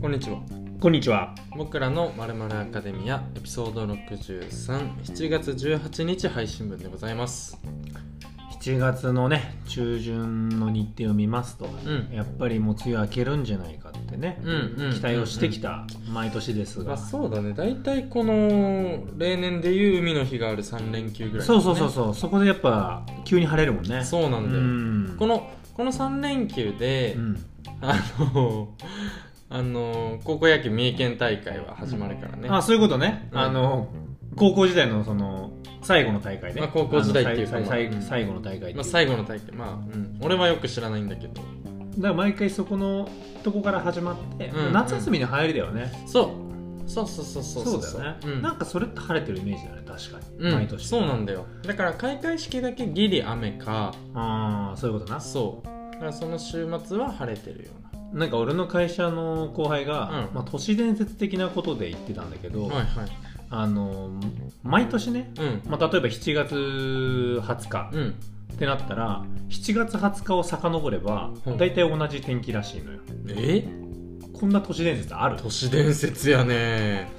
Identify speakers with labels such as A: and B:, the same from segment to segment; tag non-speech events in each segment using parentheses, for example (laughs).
A: こんにちは
B: こんにちは。
A: 僕らのまるまるアカデミアエピソード637月18日配信分でございます
B: 7月のね、中旬の日程を見ますと、
A: ん
B: やっぱりもう梅雨明けるんじゃないかってね、
A: うんうん
B: 期待をしてきた毎年です
A: ま
B: が、
A: あそうだね大体この例年でいう海の日がある3連休ぐらいだ
B: そ
A: ね、
B: うそうそうそう、そこでやっぱ急に晴れるもんね。
A: そうなんだよ、
B: ん
A: こ、のこの3連休で、
B: うん、
A: あのあの高校野球三重県大会は始まるからね、
B: あ、そういうことね。
A: うん
B: あの高校時代のその最後の大会ね。
A: まあ高校時代っていうか
B: あのさい
A: まあ
B: さい最後の大会っていう
A: まあ、最後の大会まあ、うん、俺はよく知らないんだけど
B: だから毎回そこのとこから始まって、
A: うん
B: 夏休みの入りだよね。
A: そうそうそうそうそう
B: そうだよね、
A: うん
B: なんかそれって晴れてるイメージだね確かに、
A: うん
B: 毎年
A: そうなんだよだから開会式だけギリ雨か
B: ああそういうことな
A: そうだからその週末は晴れてるよう
B: なんか俺の会社の後輩が、
A: うん
B: まあ、都市伝説的なことで言ってたんだけど、
A: なはいはい
B: あの毎年ね、
A: うん
B: まあ、例えば7月20日
A: うん
B: ってなったら7月20日を遡れば
A: うん
B: 大体同じ天気らしいのよ、
A: え
B: こんな都市伝説ある
A: 都市伝説やね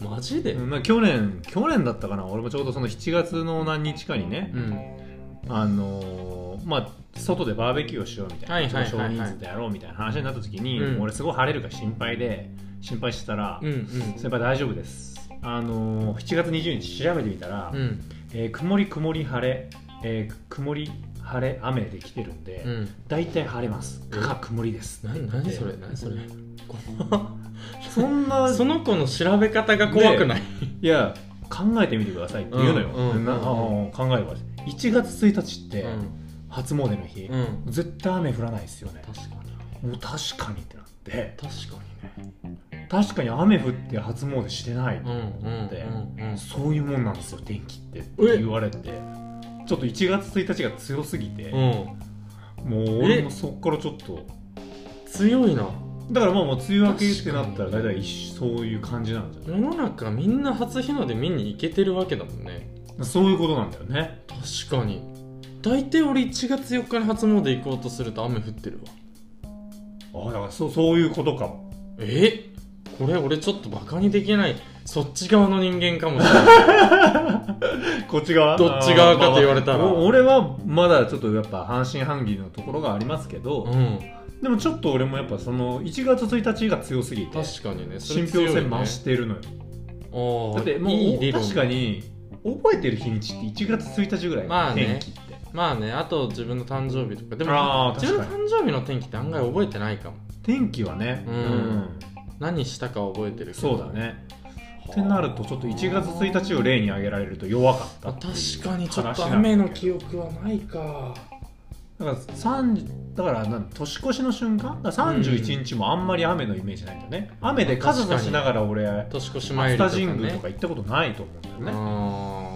A: マジで
B: うんまあ、去年去年だったかな俺もちょうどその7月の何日かにね、
A: うん
B: あのーまあ外でバーベキューをしようみたいな、
A: はいはいはいはい
B: 少人数でやろうみたいな話になった時に、
A: うん
B: 俺すごい晴れるか心配で心配してたら、
A: うん
B: 先輩大丈夫ですあのー7月20日調べてみたら、
A: うんうん
B: えー曇り曇り晴れ、えー曇り晴れ雨で来てるんで、
A: うん
B: 大体晴れます
A: え
B: かか曇りです
A: な何それ何それ
B: そんな
A: その子の調べ方が怖くない
B: いや考えてみてくださいって言うのよ、
A: うんうん
B: なあー考えれば1月1日って
A: うん
B: 初詣の日、
A: うん
B: 絶対雨降らないですよね
A: 確かに
B: もう確かにってなって
A: 確かにね
B: 確かに雨降って初詣してない、
A: うんうんうんうん
B: そういうもんなんですよ天気ってって言われてちょっと1月1日が強すぎて、
A: うん
B: もう俺もそっからちょっと
A: 強いな
B: だからまあもう梅雨明けってなった
A: 確
B: ら
A: か
B: 大
A: に
B: 体一緒そういう感じなんじゃな
A: 世の中みんな初日の出見に行けてるわけだもんね
B: いそういうことなんだよね
A: 確かに大体俺1月4日に初詣行こうとすると雨降ってるわ
B: ああだからそうそういうことかも
A: えこれ俺ちょっとバカにできないそっち側の人間かもしれない
B: こっち
A: (laughs)
B: 側
A: どっち側かと言われたら
B: あーまあまあお俺はまだちょっとやっぱ半信半疑のところがありますけど、
A: うん
B: でもちょっと俺もやっぱその1月1日が強すぎて
A: 確かにねそれ
B: 信
A: 強い
B: 憑
A: ね
B: 性増してるのよ
A: ああ
B: だってもう
A: いい理論
B: 確かに覚えてる日にちって1月1日ぐらい、
A: まあね
B: 天気って
A: まあねあと自分の誕生日とかでも
B: あー
A: 自分の
B: 確か
A: 誕生日の天気って案外覚えてないかも
B: 天気はね
A: うん何したかは覚えてるけど
B: そうだねってなるとちょっと1月1日を例に挙げられると弱かった
A: あ
B: っていう
A: 確かにちょっ
B: 話
A: と
B: なんだけ
A: 雨
B: ど
A: の記憶はないか
B: だから30だからなん年越しの瞬間だから31日もあんまり雨のイメージないんだよね雨で傘差しながら俺
A: 年越し
B: 熱
A: 参りと
B: 田
A: かね
B: 神宮とか行ったことないと思うんだよね
A: あ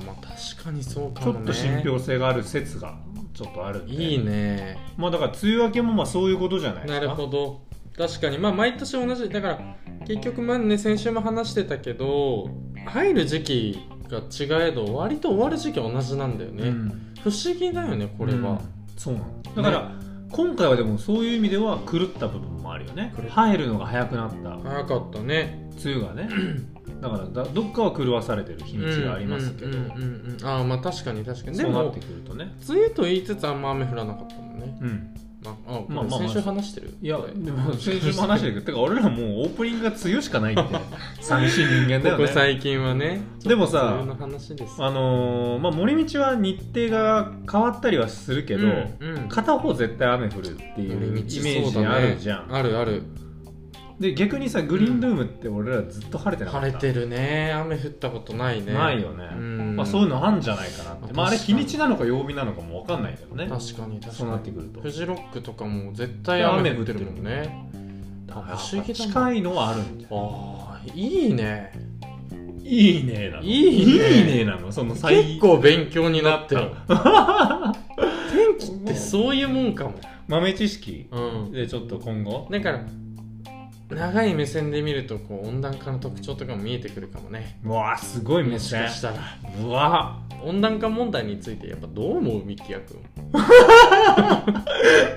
A: ーまあ確かにそうか
B: ちょ
A: もね
B: っと信憑性がある説がちょっとあるんで
A: いいね
B: まあだから梅雨明けもまあそういうことじゃないです
A: な
B: か
A: るほど確かにまあ毎年同じだから結局まあね先週も話してたけど入る時期が違えど割と終わる時期は同じなんだよね、
B: うん
A: 不思議だよねこれ
B: うん
A: は、
B: そうなのだから、今回はでもそういう意味では狂った部分もあるよね
A: 狂った
B: 入るのが早くなった梅
A: 早かったね
B: 雨が
A: (clears throat)
B: ねだからだどっかは狂わされてる日にちがありますけど、
A: うんうんうんうんああまあ確かに確かにで
B: そうなっ
A: も
B: てくるとね
A: 梅雨と言いつつあんま雨降らなかったもんね
B: うん
A: ああこれ
B: まあまあ
A: 先週話してる
B: いやでも先週も話してるけどてか俺らもうオープニングが梅雨しかないって
A: (laughs)
B: 寂しい人間だよ
A: ここ
B: ね
A: 最近はね
B: でも
A: 梅雨
B: さ
A: の話です
B: あのーまあ、森道は日程が変わったりはするけど、
A: うんうん
B: 片方絶対雨降るっていうイメージあるじゃん、
A: あるある
B: で逆にさグリーンルームって俺らずっと晴れてなかった
A: 晴れてるね雨降ったことないね
B: ないよね、
A: うん
B: まあ、そういうのあんじゃないかなって、まあ、あれ日にちなのか曜日なのかも分かんないけどね
A: 確かに確かに
B: そうなってくると
A: フジロックとかも絶対雨降ってるもんね
B: だから
A: 不思議だな
B: 近いのはあるんじゃ
A: あーいいね
B: んいいねなの
A: いいね
B: いいねなのその最
A: 結構勉強になってる天気ってそういうもんかも
B: 豆知識
A: うん
B: でちょっと今後
A: だから長い目線で見るとこう温暖化の特徴とかも見えてくるかもね
B: うわすごい目
A: もし
B: 線
A: かしたら
B: うわ
A: 温暖化問題についてやっぱどう思うミキヤ君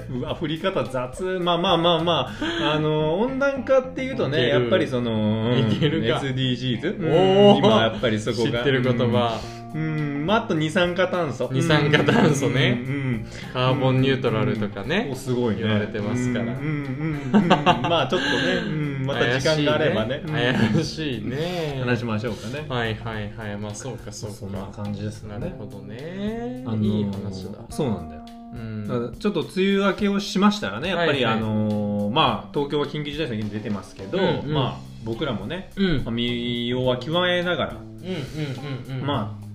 B: うわ振り方雑まあまあまあまあ、あの温暖化っていうと
A: いけ
B: ね
A: る
B: やっぱりその、うん
A: いけるか
B: SDGs、
A: おー
B: うん今やっぱりそ
A: 知
B: こが
A: ってる言葉
B: うん、うんまあ、あと二酸化炭素
A: 二酸化炭素ね
B: うんうん
A: カーボンニュートラルとか
B: うんお
A: ね
B: すごいね
A: 言われてますから
B: うんうんうんうん
A: (laughs)
B: まあちょっとね、うん、また時間があればね
A: 怪しいね
B: うん
A: 怪
B: 話
A: しいね
B: しましょうかね
A: はいはいはいまあそうかそうか
B: そんな感じです
A: な
B: ね
A: るほどね、
B: あの
A: いい話だ
B: そうなんだよ
A: うん
B: だからちょっと梅雨明けをしましたらねやっぱり、
A: はいはい
B: あのーまあ、東京は緊急事態宣言出てますけど、
A: うんうん
B: まあ、僕らもね
A: うんうんうん
B: 身をわきまえながら、
A: うんうん
B: まあ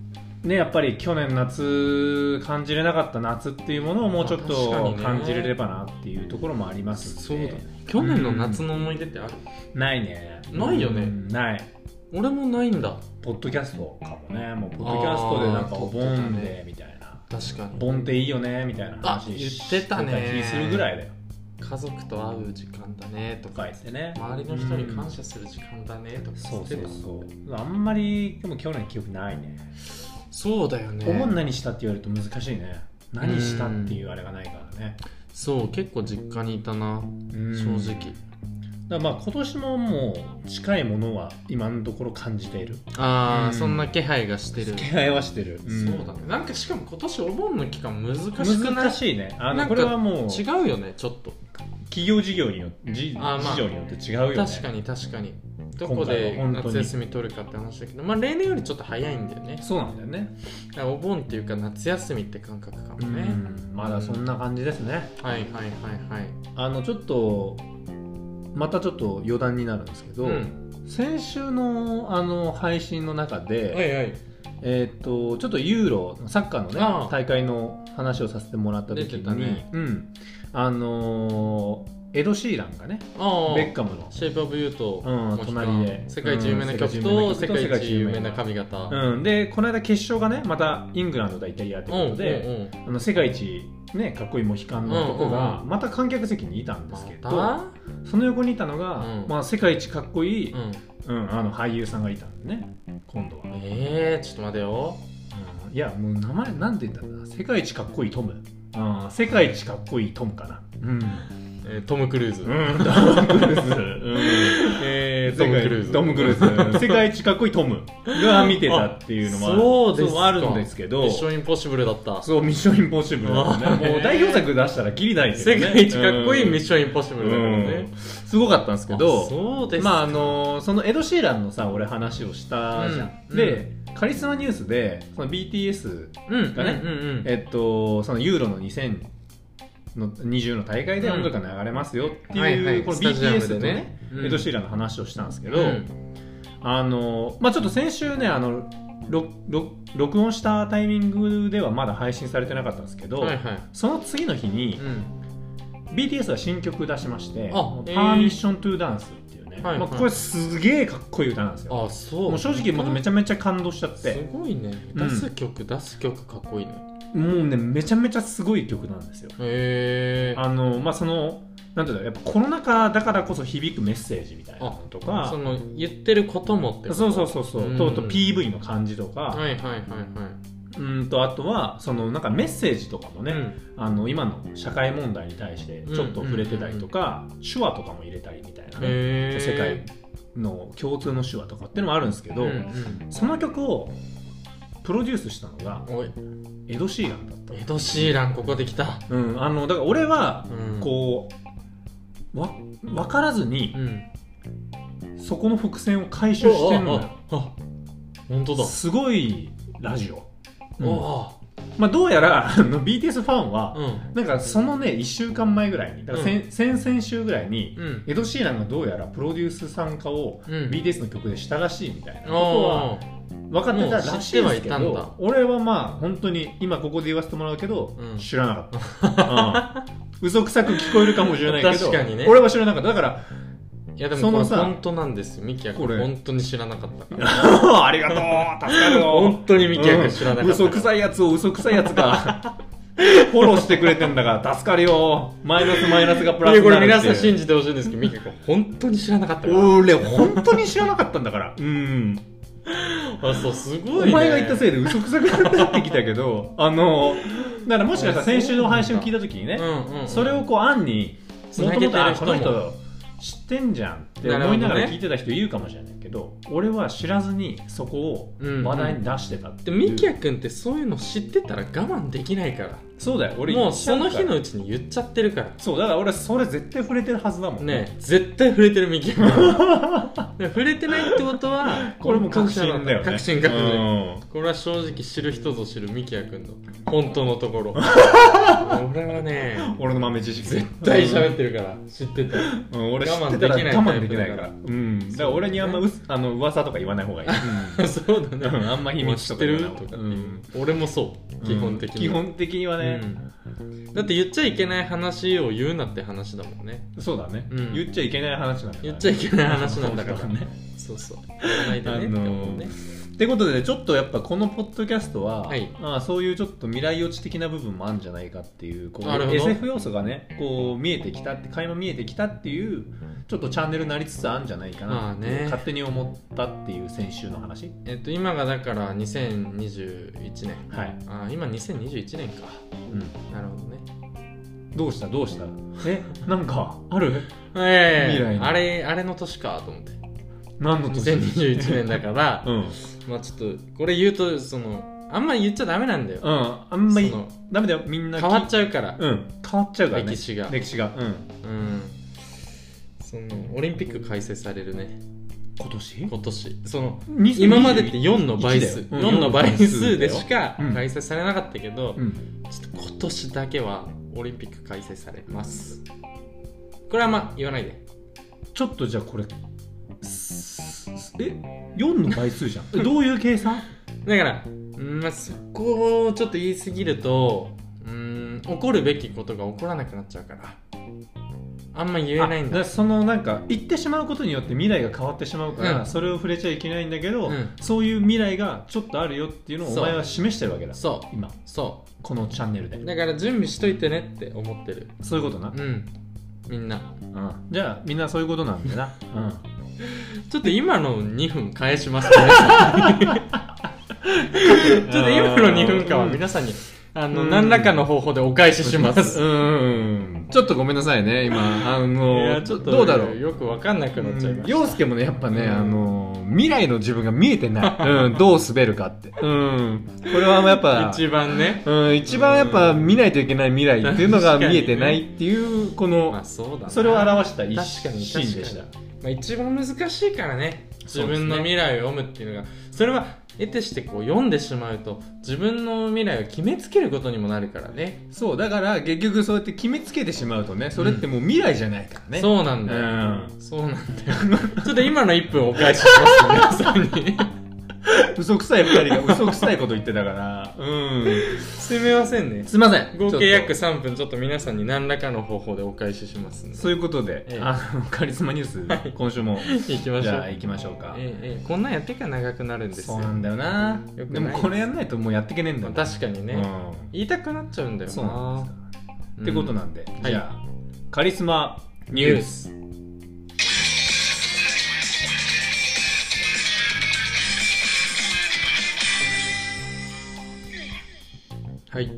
B: ねやっぱり去年夏感じれなかった夏っていうものをもうちょっ
A: まあ確かに
B: と
A: ね
B: 感じれればなっていうところもありますんで
A: そうだね去年の夏の思い出ってある、
B: ないね
A: ないよね
B: うんない
A: 俺もないんだ
B: ポッドキャストかもねもうポッドキャストでなんかお盆でみたいな
A: 確かに
B: 盆っていいよねみたいな話
A: あ言ってたね
B: して気するぐらいだよ
A: 家族と会う時間だねと
B: と
A: か
B: か言ってね
A: 周りの人に感謝する時間だねとか
B: そう
A: して
B: そう
A: た
B: そうあんまりでも去年記憶ないね
A: そうだよね
B: お盆何したって言われると難しいね何したっていうあれがないからね
A: そう結構実家にいたな正
B: 正だか
A: 直
B: らまあ今年ももう近いものは今のところ感じている
A: ああ、
B: うん
A: そんな気配がしてる
B: 付き合いはしてる、ん
A: そうだねなんかしかも今年お盆の期間難しくない
B: 難しいねあ
A: な
B: の
A: んか
B: これはもう
A: 違うよねちょっと
B: 企業事業によって事
A: あまあ
B: 業によって違うよね
A: 確かに確かにどこで
B: 今回は本当に
A: 夏休み取るかって話だけどまあ例年よりちょっと早いんだよね
B: そうなんだよね
A: だからお盆っていうか夏休みって感覚かも
B: う
A: ね、
B: んまだそんな感じですね
A: はいはいはいはい
B: あのちょっとまたちょっと余談になるんですけど、
A: ん、
B: 先週のあの配信の中で、
A: はいはい
B: えーっとちょっとユーロサッカーのね
A: ああ
B: 大会の話をさせてもらった時
A: 出てた
B: に、
A: ね
B: うんあのーエド・シーランがね
A: ああ
B: ベッカムの、
A: シェイプ・オブ・ユーと、
B: うん
A: もう一回
B: 隣で
A: 世界一有名な曲と、
B: う
A: 世
B: ん世
A: 界
B: 界
A: 一
B: 一
A: 有
B: 有
A: 名
B: 名
A: な
B: な
A: 髪型、
B: うん、でこの間決勝がねまたイングランド対イタリアということで、
A: うんうんうん
B: あの世界一、ね、かっこいいモヒカンの男
A: うんうん
B: が
A: う
B: また観客席にいたんですけど、
A: ま
B: その横にいたのが、
A: うん
B: まあ、世界一かっこいい、
A: たうん
B: うん、あの俳優さんがいたんでね今度は、うん
A: えー、ちょっと待てよ
B: いやもう名前なんて言ったんだろうな世界一かっこいいトム、うん、世界一かっこいいトムかなうん
A: えートム・クルーズ、
B: うんトム・クルーズ、え
A: トムクルーズ
B: トム・クルーズ世界一かっこいいトムが見てたっていうのもある
A: あそうですか
B: あるんですけど
A: 一生インポッシブルだった
B: そう「ミッション・インポッシブル」だ
A: あ
B: ねもう代表作出したらきりないですよ
A: (laughs) 世
B: ね
A: 界一かっこいいミッ
B: シ
A: ション・インポッシブルだからね、
B: すごかったんですけ
A: あ
B: ど
A: そうです
B: まああのそのエド・シーランのさ俺話をしたじゃん、
A: うん
B: でカリスマニュースでその BTS
A: うん
B: がね
A: うんうんうん
B: えっとそのユーロの2000の20の大会で音楽が流れますよっていう、
A: はいはい
B: この
A: スタジアム
B: BTS
A: で
B: と
A: ね
B: ね、
A: うん
B: エド・シーランの話をしたんですけど、
A: うん
B: あのまあちょっと先週ねあの録録録音したタイミングではまだ配信されてなかったんですけど、
A: はいはい
B: その次の日に
A: う、ん
B: BTS が新曲出しまして「
A: あ
B: パ
A: えー
B: ーミッション・トゥ・ダンス」っていうね、
A: はいはい
B: まあ、これすげえかっこいい歌なんですよ
A: あそう
B: もう正直もうめちゃめちゃ感動しちゃっ
A: す
B: て
A: ごいね
B: うん
A: 出す曲、出す曲かっこいいね
B: もうねめちゃめちゃすごい曲なんですよ
A: へえ
B: あのまあそのなんていうんだろうやっぱコロナ禍だからこそ響くメッセージみたいなのと
A: そ
B: か
A: の言ってることもってこと
B: そうそうそうそう
A: うん
B: とうとう PV の感じとか、
A: はいはいはいはい
B: うんとあとはそのなんかメッセージとかもね、
A: うん
B: あの今の社会問題に対してちょっと触れてたりとか、手話とかも入れたりみたいなね、
A: へー
B: 世界の共通の手話とかってのもあるんですけど、
A: うんうん
B: その曲をプロデュースしたのが
A: おい
B: エド・シーランだった
A: エド・シーランここで来た、
B: うん、あのだから俺は
A: うん、
B: こう、わ分からずに
A: うん
B: そこの伏線を回収してんのよ
A: あああ本当だ、
B: すごいラジオ、うん
A: お
B: まあ、どうやらあの BTS ファン
A: あ
B: は、
A: うん
B: なんかそのね1週間前ぐらいにだから先,、先々週ぐらいに、
A: うん
B: エド・シーランがどうやらプロデュース参加を
A: うん
B: BTS の曲でしたらしいみたいなことは
A: あ
B: 分かってたらしいですけ
A: もう知ってはいたんだ
B: ど俺はまあ本当に今ここで言わせてもらうけど、
A: うん
B: 知らなかった、うん、嘘くさく聞こえるかもしれないけど
A: (laughs) 確かにね
B: 俺は知らなかっただから
A: (laughs) ーいやでも
B: そ
A: これ
B: のさ
A: 本当なんですよミキヤ君
B: これ
A: 本当に知らなかったから
B: ありがとう助かるよ
A: 本当にミキヤ君知らなかったから、 (laughs)
B: うん嘘くさいやつを嘘くさいやつがフォローしてくれてんだから助かるよマイナスマイナスがプラス
A: や
B: に
A: こ
B: なる
A: れ
B: って
A: 皆さん信じてほしいんですけどミケ君本当に知らなかったから
B: 俺本当に知らなかったんだからうん
A: あそうすごい、
B: お
A: ね、
B: 前が言ったせ
A: い
B: いで嘘くさくなってきたけどあのだからもしかしたら先週の配信を聞いた時にね、
A: うんうん、
B: それをこう案に
A: つ
B: も
A: な
B: と
A: げ
B: も
A: てる
B: と
A: 人
B: こ
A: も
B: の人知ってんじゃんって思いながら聞いてた人いるかもしれないけど俺は知らずにそこを話題に出してたって
A: で
B: いう、
A: ミキヤ君ってそういうの知ってたら我慢できないから
B: そうだよ俺
A: もうその日
B: 言っちゃうから
A: のうちに言っちゃってるから
B: そうだから俺それ絶対触れてるはずだもん
A: ねえ絶対触れてるミキヤ
B: (laughs)
A: 君で触れてないってことは
B: これも確信だよね
A: 確信確信、
B: うん
A: これは正直知る人ぞ知るミキヤ君の本当のところ俺はね
B: 俺の豆知識
A: 絶対喋ってるから知って
B: (laughs)
A: た
B: うん、俺知
A: 我慢
B: って
A: で
B: たら
A: きない
B: 我慢できないから
A: タイ
B: うんだから俺にあんまうすあの噂とか言わない方がい
A: (laughs)
B: い、
A: そうだね
B: うんあんま秘密
A: 知
B: と
A: っ
B: か
A: て
B: 言わ
A: る
B: ない方
A: とか、
B: がうん
A: 俺もそう基本的に、
B: 基本的にはね、
A: うんだって言っちゃいけない話を言うなって話だもんね
B: そうだね、
A: うん
B: 言っちゃいけない話なんだから
A: 言っちゃいけない話なんだから
B: ね
A: そうそう言わないでねって思うね、
B: ってことでねちょっとやっぱこのポッドキャストは、
A: はい
B: まあ、そういうちょっと未来予知的な部分もあるんじゃないかっていうこう
A: なるほど
B: SF 要素がねこう見えてきたって垣間見えてきたっていうちょっとチャンネルになりつつあるんじゃないか
A: ま
B: な
A: あね
B: 勝手に思ったっていう先週の話
A: えっと今がだから2021年
B: はい、
A: あ今2021年か
B: うん、
A: なるほどね
B: どうしたどうしたえなんかある
A: え
B: 未来
A: え
B: の
A: あれあれの年かと思
B: (laughs)
A: って
B: 何の年
A: 2021年だから
B: (laughs) うん、うん、
A: まあちょっとこれ言うとそのあんまり言っちゃダメなんだよ、
B: あんまり
A: その
B: ダメだよみんな
A: 変わっちゃうから、
B: ゃうん変わっちゃうからね
A: 歴史が
B: 歴史がうん
A: うんそのオリンピック開催されるね
B: 今年
A: 今年その今までって4の倍数
B: 1だよ
A: 4
B: うん
A: の倍数でしか
B: うん
A: 開催されなかったけど、
B: うん
A: ちょっと今年だけはオリンピック開催されますこれはまあ言わないで
B: ちょっとじゃあこれすすえ4の倍数じゃん (laughs) えどういう計算
A: だから、うんまあ、そこをちょっと言い過ぎるとうん起こるべきことが起こらなくなっちゃうからあんま言えないん
B: あ
A: だ
B: からそのなんか言ってしまうことによって未来が変わってしまうから、
A: うん
B: それを触れちゃいけないんだけど、
A: うん
B: そういう未来がちょっとあるよっていうのをお
A: そう
B: 前は示してるわけだ
A: そ
B: 今
A: うそ
B: このチャンネル
A: う
B: で
A: だから準備しといてねって思ってる
B: そういうことな、
A: うんみんな
B: うんじゃあみんなそういうことなんだな、 (laughs)
A: ちょっと今の2分返します皆さんに (laughs) ちょっと今の2分間は皆さんにあの
B: うん
A: 何らかの方法でお返しします
B: うんちょっとごめんなさいね (laughs) 今あ
A: い
B: の
A: やちょっと
B: どうだろう
A: よくわかんなくなっちゃいました
B: 洋介もねやっぱね、
A: うん
B: あのー未来の自分が見えてない、うん、どう滑るかって、うん、これはやっぱ
A: 一番ね
B: うん、一番やっぱ見ないといけない未来っていうのが見えてないっていうこの、
A: まあそうだな
B: それを表した一
A: 確かに
B: シーンでした
A: 確まあ、一番難しいからね
B: そ
A: 自
B: うです
A: 分
B: ね
A: の未来を読むっていうのがそれは得てしてこう読んでしまうと自分の未来を決めつけることにもなるからね
B: そうだから結局そうやって決めつけてしまうとねそれってもう未来じゃないからね、
A: そうなんだよ、
B: う
A: そう
B: (laughs)
A: なんだよちょっと今の1分お返しします皆さんに
B: 嘘くさい二人が嘘くさいこと言ってたから、うん、
A: すみませんね
B: すいません
A: 合計約
B: ちょっ
A: 3分ちょっと皆さんに何らかの方法でお返ししますん
B: と
A: で
B: そういうことで、
A: ええ
B: あのカリスマニュース今週も
A: 行きまし
B: じ
A: ょう
B: ゃあ行きましょうか、
A: ええええこんなんやってから長くなるんです
B: そ
A: よ
B: うなんだよな
A: よく
B: で
A: ない
B: もこれやんないともうやってけねえんだ
A: まあ
B: よ
A: 確かにね、言いたくなっちゃうんだ
B: うん、
A: よな
B: そうなんですよ
A: うん
B: ってことなんで、
A: ん
B: じゃあ、カリスマ
A: ニュースはい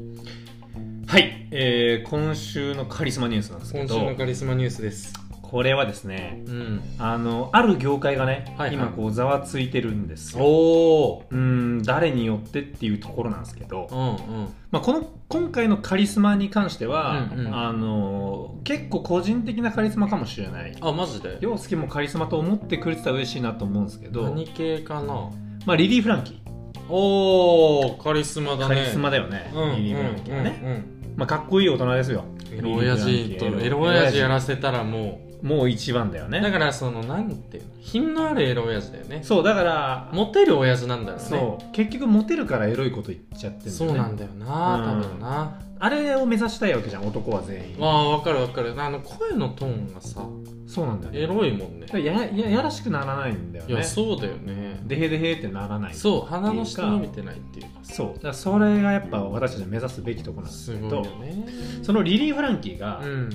B: はい、えー今週のカリスマニュースなんですけ
A: 今週
B: ど
A: のカリスマニュースです
B: これはですね
A: うん
B: あのある業界がね、
A: はいはい
B: 今こうざわついてるんですよ
A: お
B: うーん誰によってっていうところなんですけど、
A: うんうん
B: まあ、この今回のカリスマに関しては、
A: うんうん
B: あの結構個人的なカリスマかもしれない
A: あマジで
B: 陽介もカリスマと思ってくれてたら嬉しいなと思うんですけど、
A: 何系かな
B: まあ、リリー・フランキー
A: おおカリスマだ
B: カ
A: ね
B: リスマだよね、
A: うんうん
B: リリー・フランキーはね、
A: うん
B: まあ、かっこいい大人ですよ
A: エロ親父とエロ親父やらせたらもう
B: もう一番だよ
A: だ
B: ね
A: からそのなんていうの品のあるエロ親父だよね
B: そうだから
A: モテる親父なんだろうね
B: そう結局モテるからエロいこと言っちゃってる
A: そうなんだよな、
B: うん
A: 多分な
B: あれを目指したいわけじゃん男は全員
A: わあわかるわかるあの声のトーンがさ
B: そうなんだよ、ね、
A: エロいもんね
B: だからやややらしくならないんだよ
A: いや
B: ね
A: そうだよね
B: でへでへってならない
A: そう鼻の下伸びてないっていうか
B: そうだからそれがやっぱ私たちの目指すべきところなんです
A: す
B: け
A: ごいよ
B: ど
A: ね
B: そのリリー・フランキーが、
A: うん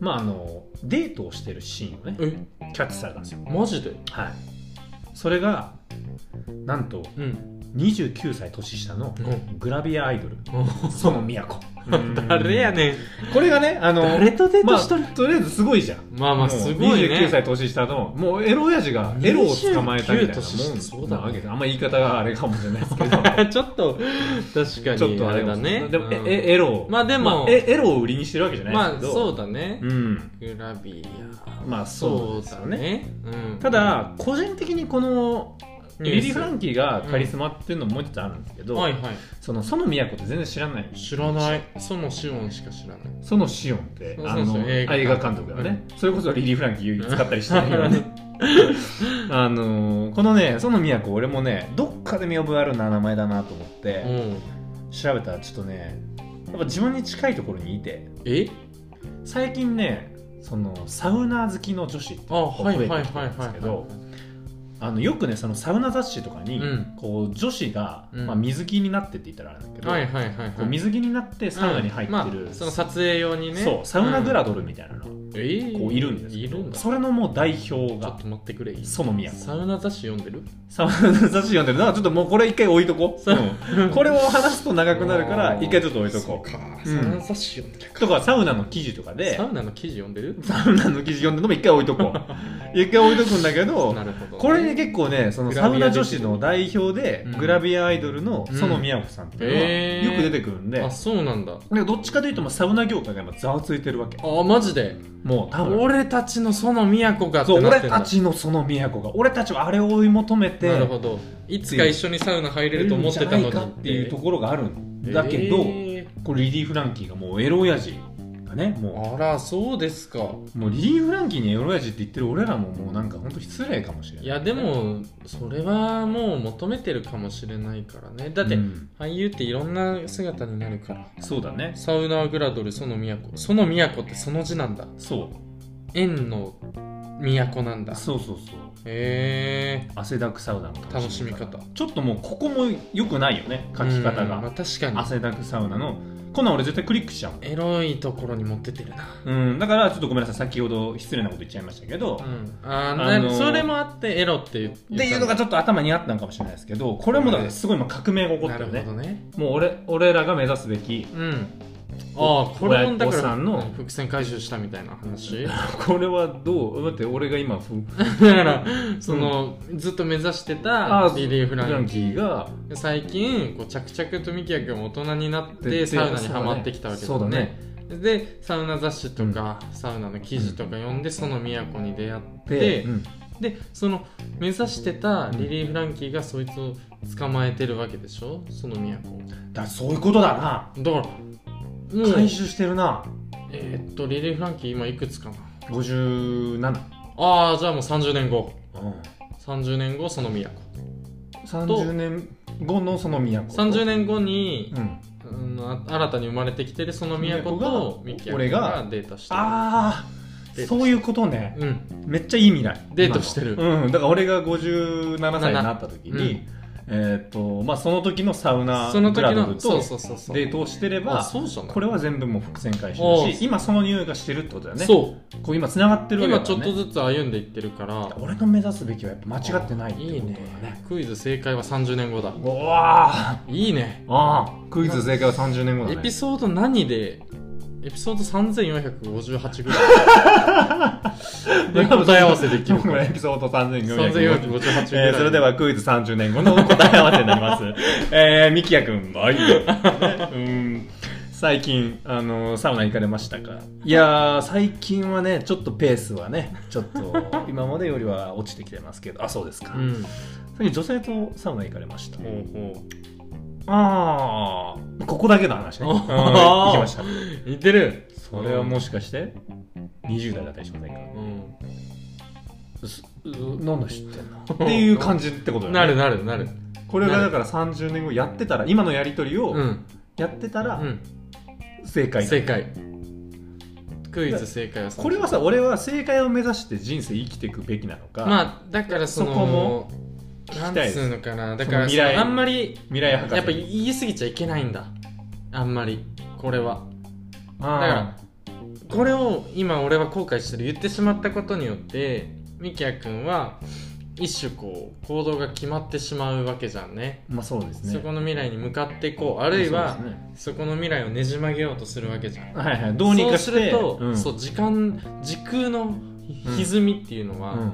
B: まああのデートをしてるシーンをね
A: え
B: キャッチされたんですよ
A: マジで
B: はいそれがなんと
A: うん
B: 29歳年下の
A: う
B: グラビアアイドル園都
A: (laughs) 誰やねん
B: これがねあの
A: 誰とデー
B: ま
A: ト
B: あ
A: しとる、
B: とりあえずすごいじゃん
A: まあまあ
B: もう
A: すごい
B: 29
A: ね
B: 歳年下のもうエロ親父がエロを捕まえたみたいなもん
A: 29年下そうだね
B: なわけですあんま言い方があれかもしれな
A: (laughs)
B: いですけど
A: (laughs) ちょっと確か
B: ちょっ
A: に
B: と
A: あ
B: あれ
A: れ
B: だ
A: だ
B: ね
A: ね
B: でも、
A: うん
B: えエロを
A: まあでも
B: あえエロを売りにしてるわけじゃない
A: ま
B: で
A: あ
B: すけど
A: そうだね
B: うん
A: グラビア
B: まあそうですよね
A: そうだねうん
B: ただ個人的にこの
A: ニュー
B: リ
A: ス
B: リー・フランキーがカリスマっていうのももう一つあるんですけど、
A: はいはい
B: その園都って全然知らない
A: 知らないそのシオンしか知らない
B: 園シオンって
A: そう
B: あ
A: そうそう
B: の
A: 映
B: 映
A: 画
B: 画監督がね、それこそリリー・フランキー使ったりしてるよね (laughs) あのーこのね園都俺もねどっかで見覚えあるな名前だなと思って、
A: うん
B: 調べたらちょっとねやっぱ自分に近いところにいて
A: え
B: 最近ねそのサウナ好きの女子っていう
A: あ
B: のが増
A: は
B: え
A: い
B: てき
A: はい
B: て
A: はい
B: るんで
A: は
B: すけ
A: い
B: ど
A: は
B: あのよくねそのサウナ雑誌とか
A: い
B: に、
A: うん
B: こう女子が、
A: うん
B: まあ、水着になってって言ったらあれなんだけど、
A: はいはいはい
B: こ
A: は
B: う
A: い
B: 水着になってサウナに入ってる、
A: うんまあその撮影用にね
B: そうサウナグラ
A: ド、
B: ドルみたいなの、
A: うんえー
B: こういるんです
A: い
B: けど
A: るんだちょ
B: それのもう代表
A: っ
B: が
A: と待ってくれ
B: 園宮 (laughs)
A: サウナ雑誌読んでる
B: サウナ雑誌読んでるなちょっともうこれ一回置いとこう、
A: サウ
B: うんこれを話すと長くなるから
A: あー
B: 一回ちょっと置いとこう
A: そうか
B: うん
A: サウナ雑誌読んでる
B: とかサウナの記事とかで
A: サウナの記事読んでる
B: サウナの記事読んでるのも一回置いとこう一回置いとくんだけど
A: なるほどね
B: これね結構ねその
A: グ
B: サ
A: ラビ
B: ウ
A: ア
B: ナ女子の代表で
A: うん
B: グラビアアイドルの
A: うん
B: 園宮子さんっていうのは
A: へー
B: よく出てくるんで、
A: あそうなんだ
B: でどっちかというともうサウナ業界が今ざわついてるわけ
A: あマジで
B: もう多分
A: 俺たちの園都がって
B: そう
A: なっ
B: 俺
A: てん
B: た
A: だ
B: ちのその都が俺たちはあれを追い求めて
A: なるほどいつか一緒にサウナ入れると思ってたの
B: いいんじゃ
A: に
B: ないかっていうところがあるんだけど、
A: え
B: これリリー・フランキーがもうエロ親父がねも
A: ーあらそうですか
B: うもうリリー・フランキーにエロ親父って言ってる俺らももうなんか本当失礼かもしれない
A: いやでもそれはもう求めてるかもしれないからねだって、
B: うん
A: 俳優っていろんな姿になるから
B: そうだね
A: サウナーグラドル園都園都ってその字なんだ
B: そう
A: 縁の都なんだ
B: そうそうそう
A: へえ
B: 汗だくサウナの
A: ー、楽しみ方
B: ちょっともうここも良くないよね書き方
A: うんまあ、
B: が
A: 確かに
B: 汗だくサウナのこんなん俺絶対クリックしちゃうもん
A: エロいところに持ってってるな
B: うん、だからちょっとごめんなさい先ほど失礼なこと言っちゃいましたけど、
A: うんあー、
B: あのー
A: なそれもあってエロって言ったんだ
B: っていうのがちょっと頭にあったのかもしれないですけどこれもだからすごい今革命が起こったよ
A: な
B: ね
A: るほどね
B: もう俺俺らが目指すべ
A: (laughs)
B: き
A: うんああこれもだか
B: 親御さ
A: ら
B: んの
A: 伏線回収したみたいな
B: (laughs)
A: 話だ
B: これはどう待って俺が今ふ
A: からその、ずっと目指してた
B: あー
A: リリー・フ
B: フ
A: ランキ
B: ラ
A: ー
B: ンキーが
A: 最近こう着々とミキヤ君も大人になって
B: で
A: サウナにはまってきたわけ
B: そうだね
A: でサウナ雑誌とか、サウナの記事とか読んでその都に出会って、
B: で、うん
A: でその目指してたリリー・フランキーがそいつを捕まえてるわけでしょその都を
B: だからそういうことだな、
A: だからもう
B: 回収してるな
A: えーっとリリー・フランキー今いくつかな
B: 57、
A: ああじゃあもう30年後
B: うん、
A: 30年後その都
B: 30年後のその都
A: 30年後に、
B: う
A: う
B: ん
A: んあ新たに生まれてきてるその都とミキヤ
B: 俺
A: 君
B: が
A: がデートしてる
B: あ
A: デートして
B: あそういうことね
A: うん
B: めっちゃいい未来
A: デートしてる
B: 今のうんだから俺が57歳になった時に、えーっとまあその時のサウナ
A: その
B: グ
A: 時
B: ラドル
A: のそう
B: と
A: そうそうそう
B: デートをしてれ
A: あ
B: ば
A: そうじゃない
B: これは全部もう伏線回収
A: お
B: だ
A: う
B: し今その匂いがしてるってことだよね
A: そう
B: こう今つながってるわけ
A: 今
B: だ
A: ち
B: か
A: ょっ
B: らね
A: とずつ歩んでいってるから
B: 俺の目指すべきはやっぱ間違ってないって
A: いい
B: ことだ
A: ね
B: ね
A: クイズ正解は30年後だ
B: うわ
A: いいね
B: ーあークイズ正解は30年後だ
A: エピ
B: ね
A: ソード何でエピソード3458ぐらい
B: (laughs)
A: で答え合わせできる
B: これエピソード3458
A: 3458ぐらい、
B: えーそれではクイズ30年後の答え合わせになり (laughs) ます。えー、ミキヤ君、はい。うん最近、あのサウナ行かれましたかいやー、最近はね、ちょっとペースはね、ちょっと、今までよりは落ちてきてますけど、あ、そうですか。
A: うん
B: 最近女性とサウナ行かれました。
A: ほうほ
B: あー、ここだけの話ね。うん
A: おー
B: 行きました。
A: う似てる
B: それはもしかして、 20代だったりしませんか
A: うん
B: すなんだ知って
A: (laughs)
B: んのっていう感じってことだよね
A: なるなるなる
B: これがだから30年後やってたら今のやり取り
A: う
B: を
A: ん
B: やってたら
A: うん
B: 正解、
A: 正解クイズ正解は
B: これはさ俺は正解を目指して人生生きていくべきなのか、
A: まあだからその
B: そこも
A: な
B: たい
A: ん
B: で
A: つ
B: す
A: うのかなだから
B: その未来
A: そのあんまり
B: 未来博士
A: やっぱ言い過ぎちゃいけないんだあんまりこれは
B: あー
A: だからこれを今俺は後悔してる言ってしまったことによってみきやくんは一種こう行動が決まってしまうわけじゃんね
B: まあそうですね
A: そこの未来に向かっていこうあるいは
B: そうですね
A: そこの未来をねじ曲げようとするわけじゃん
B: はいはいどうにか
A: そうす
B: して
A: ると、
B: うん
A: そう時間時空の歪みっていうの
B: う
A: は、
B: ん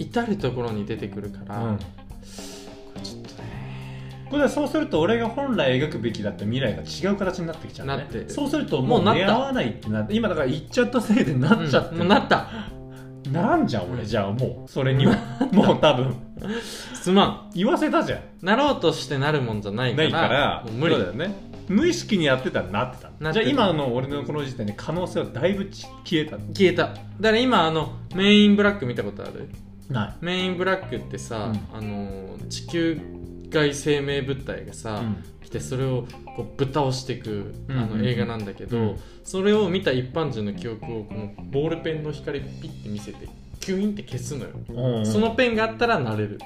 A: 至る所に出てくるから、
B: うん
A: これちょっとね
B: これはそうすると俺が本来描くべきだった未来が違う形になってきちゃうね
A: なってる
B: そうするとも
A: も
B: う
A: うなっ
B: 出
A: た
B: 会わないってなって今だから言っちゃったせいでなっちゃっ
A: う
B: て
A: ん
B: る、
A: もうなった
B: ならんじゃん俺、
A: うん
B: じゃあもうそれ
A: (laughs)
B: にはもう多分
A: すま
B: 言わせたじゃ
A: んなろうとしてなるもんじゃない
B: ん
A: から
B: ないから
A: もう無理
B: そうだよね無意識にやってたらなってた
A: なって
B: じゃ
A: る
B: あ今の俺のこの時点で可能性はだいぶち消えた
A: 消えただから今あのメインブラック見たことある
B: な
A: メインブラックってさ、
B: う
A: あのー地球外生命物体が
B: い、
A: さ、来てそれをこうぶっ倒していくあ
B: うんうんう
A: の
B: ん
A: 映画なんだけど、
B: うん
A: それを見た一般人の記憶をこのボールペンの光ピッて見せてキュインって消すのよ、
B: うん
A: そのペンがあったらなれる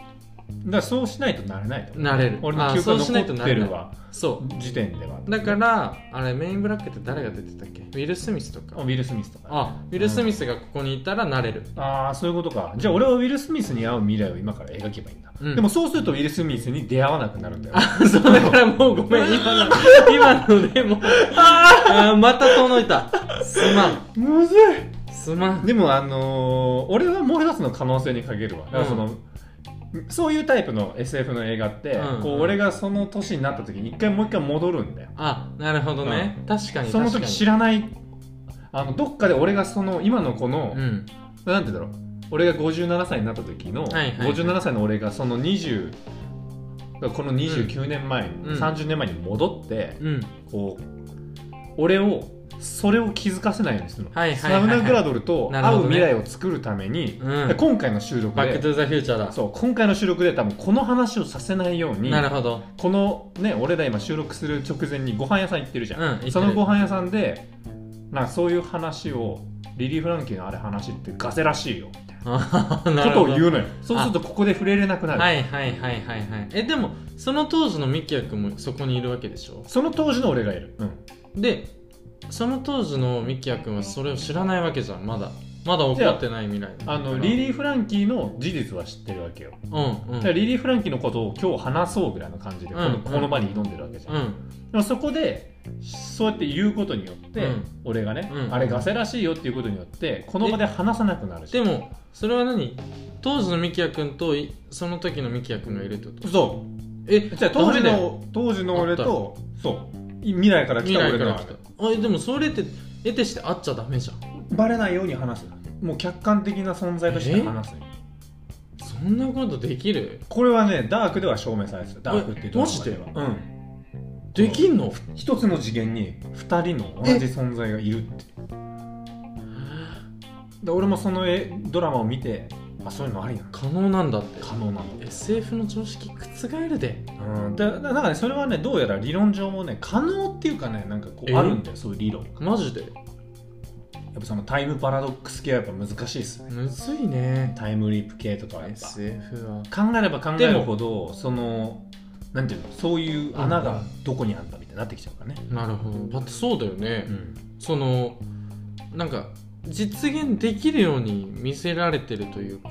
B: だからそうしないとなれないと
A: なれる
B: 俺の
A: あー
B: 記憶
A: そ
B: が
A: うしないと
B: 残っ
A: なれ
B: て
A: な
B: る
A: い
B: わ
A: そ
B: 時点では
A: うだからあれメインブラックって誰が出てたっけウィル・スミスとか
B: あウィル・スミスとか
A: あウィル・スミスがここにいたらなれる、
B: ああそういうことかじゃあ俺はウィル・スミスに会う未来を今から描けばいいん
A: う
B: だ、
A: ん
B: でもそうするとウィル・スミスに出会わなくなるんだよ
A: あそうだからもうごめん今
B: (laughs)
A: の今のでもあーまた遠のいたすまん
B: むず
A: すまん
B: でもあのー俺はもう一つの可能性に限るわだからその、そういうタイプの SF の映画って、
A: うん
B: こう俺がその年になった時に一回もう一回戻るんだよ
A: あなるほどね、確かに確かに
B: その時知らないあのどっかで俺がその今のこの、
A: うん
B: なんて言うんだろう俺が57歳になった時の、
A: はいはいはい
B: 57歳の俺がその20この29年前に、
A: うん
B: 30年前に戻って、
A: うん
B: こう俺をそれを気づかせないようにするの、
A: はいはい
B: サ
A: はい
B: ウ
A: はい
B: ナグラドルと
A: なるほ
B: 会う
A: どね
B: 未来を作るために、
A: うん
B: 今回の収録
A: バック・ト
B: で
A: ゥ・ザ・フューチャーだ
B: そう今回の収録で多分この話をさせないように
A: なるほど
B: このね俺ら今収録する直前にご飯屋さん行ってるじゃん
A: うん言ってる
B: そのご飯屋さんでなんかそういう話をリリー・フランキーのあれ話ってガセらしいよみたい
A: あー (laughs) な
B: な
A: るほ
B: ことを
A: ど
B: 言うのよそうするとここで触れれなくなる、
A: はいはいはいはいはいえでもその当時のミキヤ君もそこにいるわけでしょ
B: その当時の俺がいる、うん
A: でその当時のミキヤ君はそれを知らないわけじゃんまだまだ起こってない未来
B: あのリリ
A: ー
B: ー・フランキーの事実は知ってるわけよ、
A: うんう
B: だ
A: ん
B: からリリー・フランキーのことを今日話そうぐらいの感じでこの,、
A: うん
B: この場に挑んでるわけじゃん、
A: うん
B: でもそこでそうやって言うことによって、
A: うん
B: 俺がね、
A: うん
B: あれガセらしいよっていうことによってこの場で話さなくなるし
A: でもそれは何当時のミキヤ君といその時のミキヤ君がいるってこと
B: そう
A: え
B: じゃあ当時
A: ダメだよ
B: の当時の俺とそうい未来から来
A: 未
B: た
A: 来
B: 俺
A: から
B: の
A: 来たあえでもそれって得てして会っちゃダメじゃん
B: バレないように話すもう客観的な存在として話す
A: そんなことできる
B: これはねダークでは証明されてたダークっていうドラマ
A: えマジ
B: ではうん
A: できんの
B: 一つの次元に二人の同じ存在がいるってで俺もその絵ドラマを見てあそういうのありなのか
A: 可能なんだって
B: 可能なの
A: SF の常識覆るで
B: うんだだだからねそれはねどうやら理論上もね可能っていうかねなんかこ
A: え
B: うあるんだよそういう理論や
A: マジで
B: っぱそのタイムパラドックス系はやっぱ難しいっすね
A: むずいね
B: タイムリープ系とかはやっぱ
A: SF は
B: 考えれば考えるほどそのなんていうのそういう穴がどこにあったみたいになってきちゃうからね、
A: なるほどだってそうだよね、
B: うん
A: そのなんか実現できるように見せられてるというか、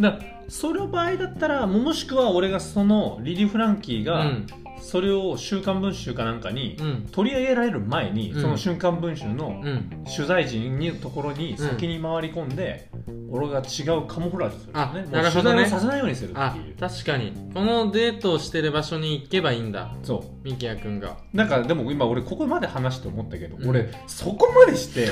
B: だからその場合だったらもしくは俺がそのリリー・フランキー
A: う
B: が
A: ん
B: それを「週刊文春」かなんかに
A: うん
B: 取り上げられる前に、
A: うん
B: その「週刊文春」の
A: うん
B: 取材陣のところに先に回り込んで、俺が違うカモフラージュするんだよね
A: あ
B: もう
A: なるほどね
B: 取材をさせないようにするっ
A: あ
B: ていう
A: 確かにこのデートをしてる場所に行けばいいんだ
B: そう
A: ミキヤくんが
B: なんかでも今俺ここまで話して思ったけど、
A: うん
B: 俺そこまでして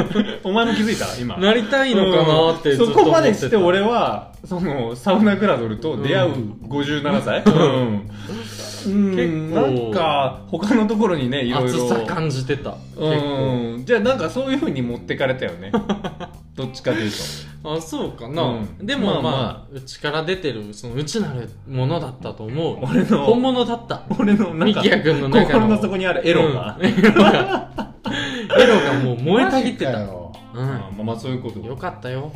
B: (laughs) お前も気づいた今
A: なりたいのかなってずっ
B: そ
A: と思ってた
B: こまでして俺はそのサウナグラドルと出会う57歳、うんうん
A: 結構
B: なんか他のところにねいろいろ
A: 暑さ感じてた結構
B: うんじゃあなんかそういうふうに持ってかれたよ
A: (laughs)
B: ねどっちかというと
A: あそうかな、
B: うん
A: でもまあ、
B: まあ
A: うちから出てるそのうちなるものだったと思う
B: 俺の
A: 本物だった
B: 俺のなん
A: ミ
B: か
A: キヤ君の中
B: 心
A: の
B: の底にあるエロが、
A: うんエロがエロがもう燃えたぎってた
B: マジ
A: よ
B: かよ
A: うん
B: まあまあそういうこと
A: かったよ、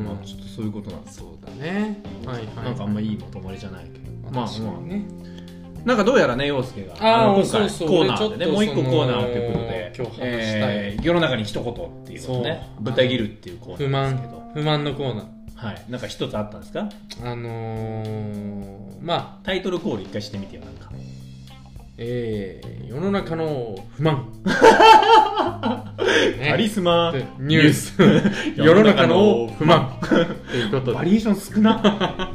A: うん
B: まあちょっとそういうことなんです
A: そうだねはいはい
B: なんかあんまいいまとまりじゃないけどまあ
A: 確かにね
B: なんかどうやらね陽介が
A: あー
B: の
A: そうそう
B: コーナーで
A: 俺ちょっと
B: ねもう一個
A: その
B: コーナーということで
A: 今日話したい
B: えー世の中に一言っていうことね
A: そう
B: 豚切るっていうコ
A: 不
B: ーナーですけど
A: 満不満のコーナ
B: はいなんか一つあったんですか
A: ーあのー、まあ
B: タイトルコール一回してみてよなんか
A: えー、世の中の不
B: (laughs)
A: 満ね
B: カリスマ
A: ニュース
B: (laughs)
A: 世の中の不満ということ
B: バ
A: で
B: リエーション少な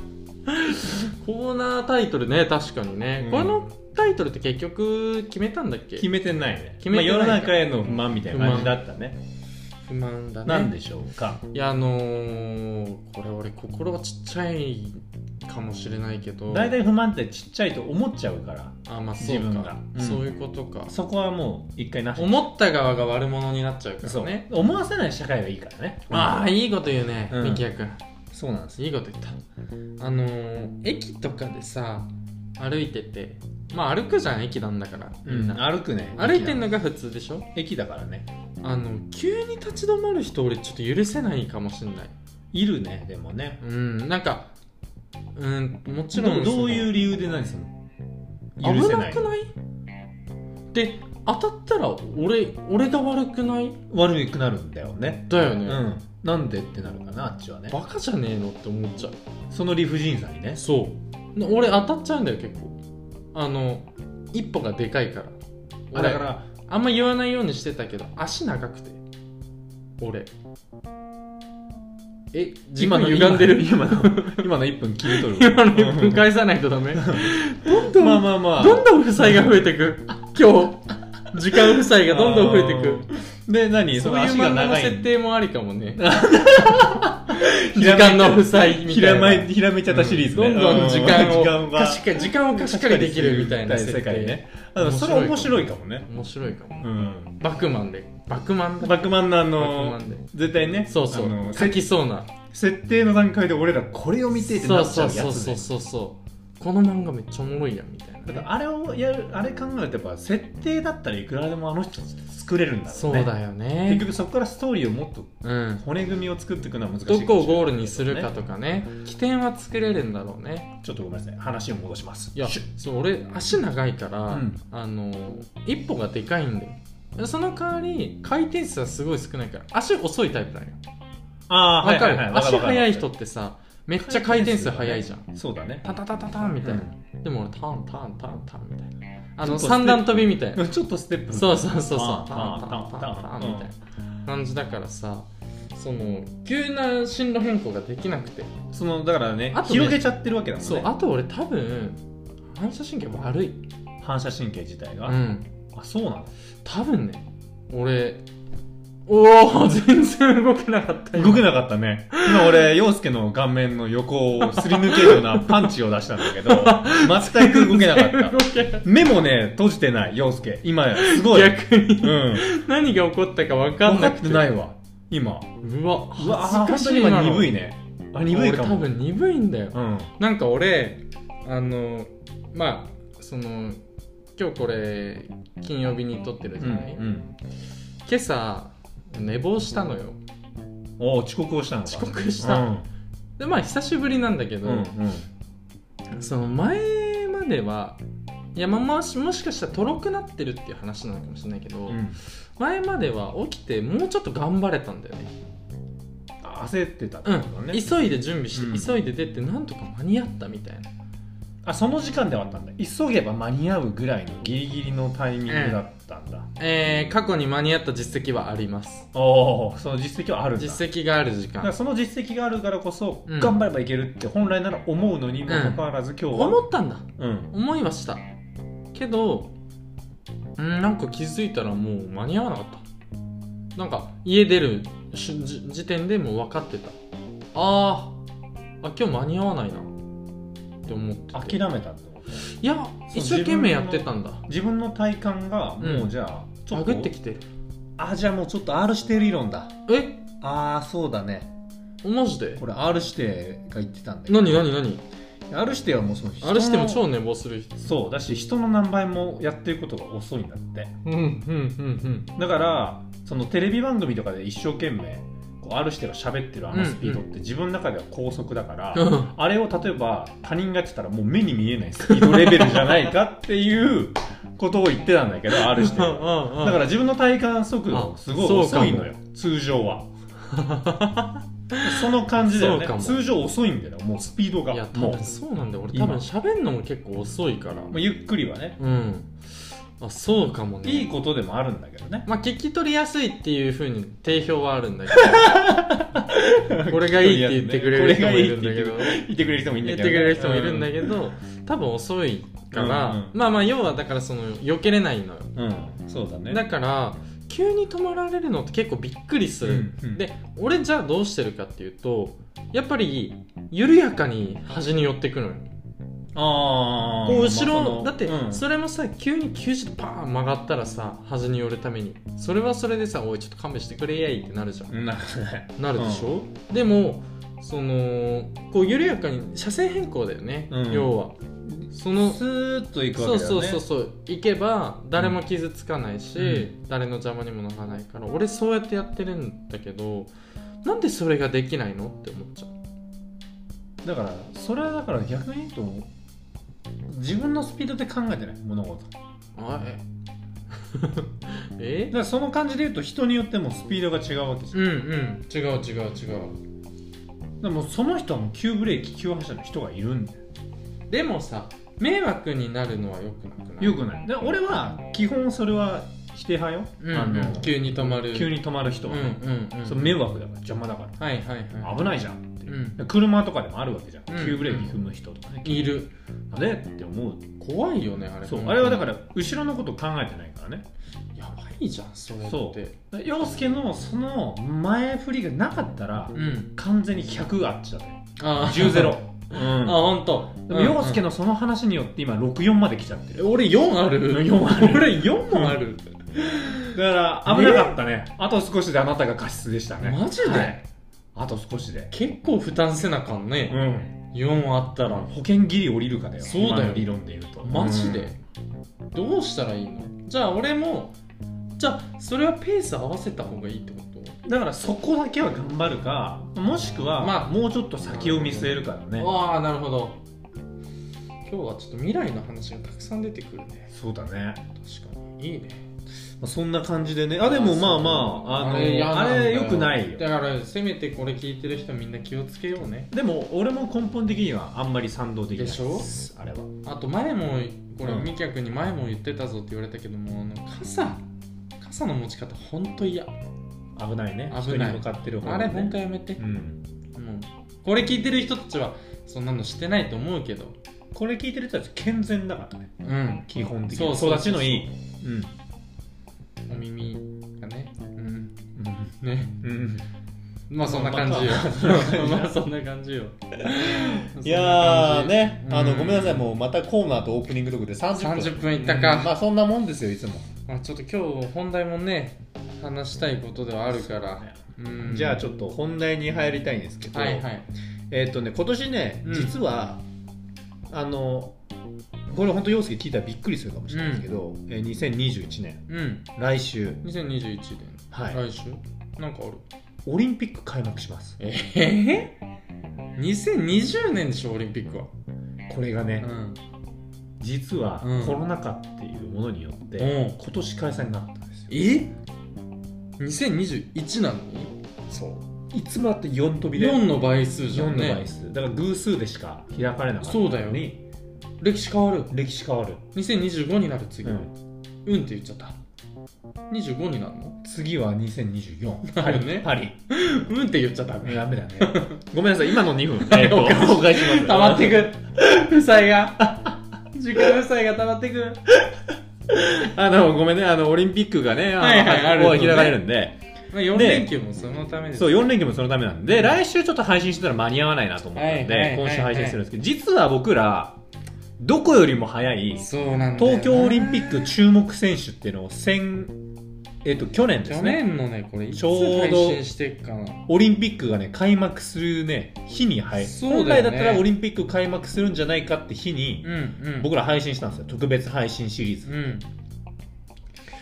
A: コーナータイトルね確かにね、
B: うん
A: このタイトルって結局決めたんだっけ
B: 決めてないね
A: 決めてない
B: まあ、世の中への不満みたいな感じだったね
A: 不満だね
B: なんでしょうか
A: いやあのー、これ俺心はちっちゃいかもしれないけど
B: 大体不満ってちっちゃいと思っちゃうから
A: あまあそうか
B: 自分がうん
A: そういうことか、
B: そこはもう一回なし
A: 思った側が悪者になっちゃうから
B: そう
A: ね
B: ね思わせない社会はいいからね
A: ああいいこと言うね、
B: うん
A: みきやくん
B: そうなんですよ
A: いいこと言ったあのー、駅とかでさ歩いててまあ歩くじゃん駅なんだからみんな、
B: 歩くね
A: 歩いてんのが普通でしょ
B: 駅だからね
A: あの急に立ち止まる人俺ちょっと許せないかもしんない
B: いるねでもね
A: うんなんかうんもちろ
B: ど
A: ん
B: どういうう理由で何するの許
A: 危
B: せ
A: なくないで当たったら俺俺が悪くない
B: 悪くなるんだよね
A: だよ
B: う
A: ね、
B: んなんでってなるかなあっちはね
A: バカじゃねえのって思っちゃう
B: その理不尽さにね
A: そうな俺当たっちゃうんだよ結構あの一歩がでかいから
B: あ
A: 俺
B: だから
A: あんま言わないようにしてたけど足長くて俺え今の歪んでる
B: 今の今の1分切り取る
A: 今の1分返さないとダメどんどん、
B: まあまあまあ
A: どんどん負債が増えてく今日時間負債がどんどん増えてく
B: で何そ
A: そう
B: の
A: いう
B: 足が
A: 漫画の
B: 長
A: 設
B: い
A: 定もありかも
B: (laughs)
A: ね時間の負債み
B: ひ
A: た
B: ら
A: い
B: ま
A: ない
B: ひらめちゃったシリーズね
A: どんどん時間
B: うん
A: を
B: が
A: 貸し借り時間を貸し借りできるみたいな設
B: 世
A: 定
B: 界ねあのそれ面白いかもね
A: 面白いかも
B: うん
A: バクマンでバクマンだ
B: バックマンのあ
A: バクマ
B: の
A: ンで
B: 絶対ね
A: そうそ
B: あの
A: う
B: せ
A: 書きそうな
B: 設定の段階で俺らこれを見てって
A: そ
B: な
A: う
B: っち
A: そ
B: ゃ
A: う
B: うや
A: そう
B: つ
A: そう
B: で
A: そうそうこの漫画めっちゃおもろいやんみたい
B: だ
A: な
B: か
A: ね
B: らあれをやるあれ考えるとやっぱ設定だったらいくらでもあの人たちって作れるんだろう
A: そ
B: ね
A: うだよね
B: 結局そこからストーリーをもっと
A: うん
B: 骨組みを作っていくのは難しいか
A: ど
B: もしれない
A: こをゴールにするかとかね起点は作れるんだろうね
B: ちょっとごめんなさい話を戻します
A: いや
B: シュッ
A: そう俺足長いから、
B: うん
A: あの一歩がでかいんだよその代わり回転数はすごい少ないから足遅いタイプなんよ
B: ああ
A: わかる、
B: はいはいはい
A: 足速い
B: わかる
A: 人
B: わ
A: ってさめっちゃ回転数速いじゃん
B: かるそうだね
A: タタタタタンみたいな、でも俺タンタンタンタンみたいなあの
B: ちょっと
A: 三段跳びみたいな
B: ちょっとステップ
A: そうそうそうそう
B: あ
A: タン
B: あ
A: タンタンタン
B: タン
A: みたいな感じだからさその急な進路変更ができなくて
B: そのだからね
A: あとね
B: 広げちゃってるわけだもんね
A: そうあと俺多分反射神経悪い
B: 反射神経自体が、
A: うん
B: あそうなの
A: 多分ね俺おお全然動けなかった今
B: 動けなかったね今俺陽介の顔面の横をすり抜けるようなパンチを出したんだけ
A: (laughs)
B: ど全く動けなかった
A: 動けない
B: 目もね閉じてない陽介今やすごい
A: 逆に
B: うん
A: 何が起こったか分か
B: 分
A: んな
B: かっ
A: く
B: て
A: て
B: ないわ今
A: うわ
B: うわあ
A: 恥ずか
B: 本当
A: し
B: に
A: いな
B: 今鈍いねあ鈍いかも
A: 俺多分鈍いんだよ
B: うん
A: なんか俺あのまあその今日これ金曜日に撮ってる
B: う
A: じゃ
B: ん
A: ない、
B: うん
A: 今朝寝坊したのよ
B: おお遅刻をしたのか
A: 遅刻した
B: うん
A: でまあ久しぶりなんだけど、
B: うんうん
A: その前まではいやまあもしもしかしたらとろくなってるっていう話なのかもしれないけど、
B: うん
A: 前までは起きてもうちょっと頑張れたんだよね
B: 焦ってたって
A: う
B: こ
A: ん
B: とだね
A: 急いで準備して、
B: うん
A: 急いで出てなんとか間に合ったみたいな
B: あその時間ではあったんだ急げば間に合うぐらいのギリギリのタイミングだったんだ、
A: えー過去に間に合った実績はあります
B: おおその実績はあるんだ
A: 実績がある時
B: だから
A: 間
B: その実績があるからこそ
A: うん
B: 頑張ればいけるって本来なら思うのにもかかわらず今日は、
A: 思ったんだ
B: うん
A: 思いはしたけどうんなんか気づいたらもう間に合わなかったなんか家出るしじ時点でもう分かってたあーあ今日間に合わないなって思ってて
B: 諦めたってこと
A: いや一生懸命やってたんだ
B: 自分の体感がもうじゃあ、ちょ
A: バ
B: っ
A: グ
B: と
A: ってきてる
B: あじゃあもうちょっと R して理論だ
A: え
B: ああそうだね
A: マジで
B: 俺 R してが言ってたんだよ
A: 何何何
B: R してはもうその人の
A: あれしても超寝坊する人
B: そうだし人の何倍もやってることが遅いんだって
A: うんうんうん
B: だからそのテレビ番組とかで一生懸命こう R してが喋ってるあのスピードっ
A: うん
B: て自分の中では高速だから、
A: うんうん
B: あれを例えば他人がやってたらもう目に見えないスピードレベルじゃないかっていうことを言ってたんだ
A: (laughs)
B: けど R して
A: うん
B: がだから自分の体感速度すごい遅いのよ通常は
A: (laughs)
B: その感じだよね
A: そうかも
B: 通常遅いんだよもうスピードが
A: いや多
B: もう
A: 分そうなんだよ俺
B: 今
A: 多分喋るのも結構遅いから
B: まあゆっくりはね
A: うんあそうかもね
B: いいことでもあるんだけどね
A: まあ聞き取りやすいっていうふうに定評はあるんだ (laughs) けどこれがいいって言ってくれる人もいるんだけど
B: 言ってくれる人もいるん
A: 言
B: だ
A: っ
B: け
A: て
B: ど
A: くれる人もいるんだ
B: け
A: けど多分遅いから、
B: うんうん
A: まあまあ要はだからその避けれないのよ
B: どうんそうだね
A: だから急に止まられるのって結構びっくりする、
B: うんうん
A: で俺じゃあどうしてるかっていうとやっぱり緩やかに端に寄ってくのよ
B: ああ
A: こう後ろ、だってそれもさ急に90パーン曲がったらさ端に寄るためにそれはそれでさ「おいちょっと勘弁してくれやい」ってなるじゃん
B: な
A: なるでしょ、でもそのこう緩やかに車線変更だよね、
B: うん
A: 要はその
B: スーッといく
A: そ
B: わ
A: う
B: けだ
A: そ
B: よ
A: う
B: ね
A: そうそう行けば誰も傷つかないし、
B: う
A: 誰の邪魔にもならないから俺そうやってやってるんだけどなんでそれができないのって思っちゃう
B: だからそれはだから逆に言うと自分のスピードで考えてない物事だか
A: あ (laughs) ええ
B: らその感じで言うと人によってもスピードが違うわけじゃん
A: うんうん違う違う違う
B: でもその人はもう急ブレーキ急発車の人がいるんだよ
A: でもさ迷惑になるのはよくなくない
B: よくないで俺は基本それは否定派よ、
A: うんうん
B: あの
A: 急に止まる
B: 急に止まる人
A: うん
B: は
A: う
B: ね、
A: んうん
B: それ迷惑だから邪魔だか
A: はいはいは
B: ら危ないじゃんって
A: い、
B: いうう、
A: ん、
B: 車とかでもあるわけじゃん、
A: うん
B: 急ブレーキ踏む人とかね
A: いる
B: あれって思う
A: 怖いよねあれ
B: そうあれはだから後ろのこと考えてないからね
A: やばいじゃんそれって
B: そ陽介のその前振りがなかったら、
A: ん
B: 完全に100あっちだね
A: ああ
B: 10ゼロ、
A: あ
B: う
A: 本当。
B: ん、でも陽介のその話によって今64まで来ちゃってる、
A: 俺4あ
B: (laughs)
A: る
B: 4ある
A: 俺4もある
B: だから危なかったねあと少しであなたが過失でしたね
A: マジで
B: はいあと少しで
A: 結構負担せなあかん
B: う
A: ね
B: ん
A: 4あったら
B: 保険ギリ降りるかだよ
A: そうだよ
B: 今の理論で言うと
A: マジでどうしたらいいのじゃあ俺もじゃあそれはペース合わせた方がいいってこと
B: うんだからそこだけは頑張るかもしくは、
A: まあ
B: もうちょっと先を見据えるからね
A: ああなるほど今日はちょっと未来の話がたくさん出てくるね
B: そうだね
A: 確かにいいね
B: まあそんな感じでねあでもまあまああの
A: 嫌なん
B: あ
A: だ
B: れよくないよ
A: だからせめてこれ聞いてる人みんな気をつけようね
B: でも俺も根本的にはあんまり賛同できない
A: でしょ
B: あれは
A: あと前もこれ
B: うん
A: 美脚に前も言ってたぞって言われたけどもあの傘傘の持ち方ほんと嫌
B: 危ないね
A: 危ない
B: 人に向かってる方
A: あ
B: がね
A: れほんとやめて
B: うん
A: もうこれ聞いてる人たちはそんなのしてないと思うけど
B: これ聞いてる人たち健全だからね
A: うん
B: 基本的
A: そう
B: に
A: そう
B: 育ちのいいうん
A: お耳がねうん
B: うん
A: ね
B: うん
A: まあそんな感じ
B: (laughs)
A: よ (laughs)
B: まあ
A: まあそんな感じよ
B: いやーね、
A: うん
B: あのごめんなさいもうまたコーナーとオープニングトークで30分
A: 30分いったか
B: うんまあそんなもんですよいつも、
A: まあちょっと今日本題もね話したいことではあるからうん
B: じゃあちょっと本題に入りたいんですけど、
A: はいはい
B: えっ、とね今年ね、
A: うん
B: 実はあのこれ本当陽介聞いたらびっくりするかもしれないですけど、えー2021年
A: うん
B: 来週、
A: 2021年
B: はい
A: 来週なんかある
B: オリンピック開幕します
A: ええ2020年でしょオリンピックは
B: これが
A: う
B: ね、
A: ん
B: 実は
A: うん
B: コロナ禍っていうものによって、
A: うん
B: 今年開催になったんですよ
A: え2021なのに
B: そういつもあって4飛びで
A: 4の倍数じゃ
B: 4
A: ん
B: の倍
A: ね
B: 数だから偶数でしか開かれなかった
A: そうだよ
B: に
A: 歴史変わる
B: 歴史変わる、
A: 2025になる次
B: う
A: うん
B: ん
A: って言っちゃった25になる
B: (laughs)
A: の
B: 次は2024
A: なるね (laughs)
B: パリ
A: うんって言っちゃダ
B: パ
A: メ
B: リダメだねごめんなさい今の2分
A: (laughs)
B: えっとお返しします
A: 溜まってく (laughs) 負債
B: (laughs)
A: が時間負債が溜まってく
B: あのごめんねあのオリンピックがねあの
A: はいはいある
B: ここ開かれるんで
A: まあ、4
B: で
A: 連休もそのためです
B: そう4連休もそのためなんで来週ちょっと配信してたら間に合わないなと思ったんで、
A: はいはいはいはい
B: 今週配信するんですけど実は僕らどこよりも早い
A: そうなんだよな
B: 東京オリンピック注目選手っていうのを先、えっと去年で
A: 去
B: すね
A: 年のねこれいつ
B: ちょうど
A: 配信してっかな
B: オリンピックがね開幕するね日に配、
A: そう
B: 本
A: だよね
B: 来だったらオリンピック開幕するんじゃないかって日に
A: うんうん
B: 僕ら配信したんですよ特別配信シリーズ
A: うん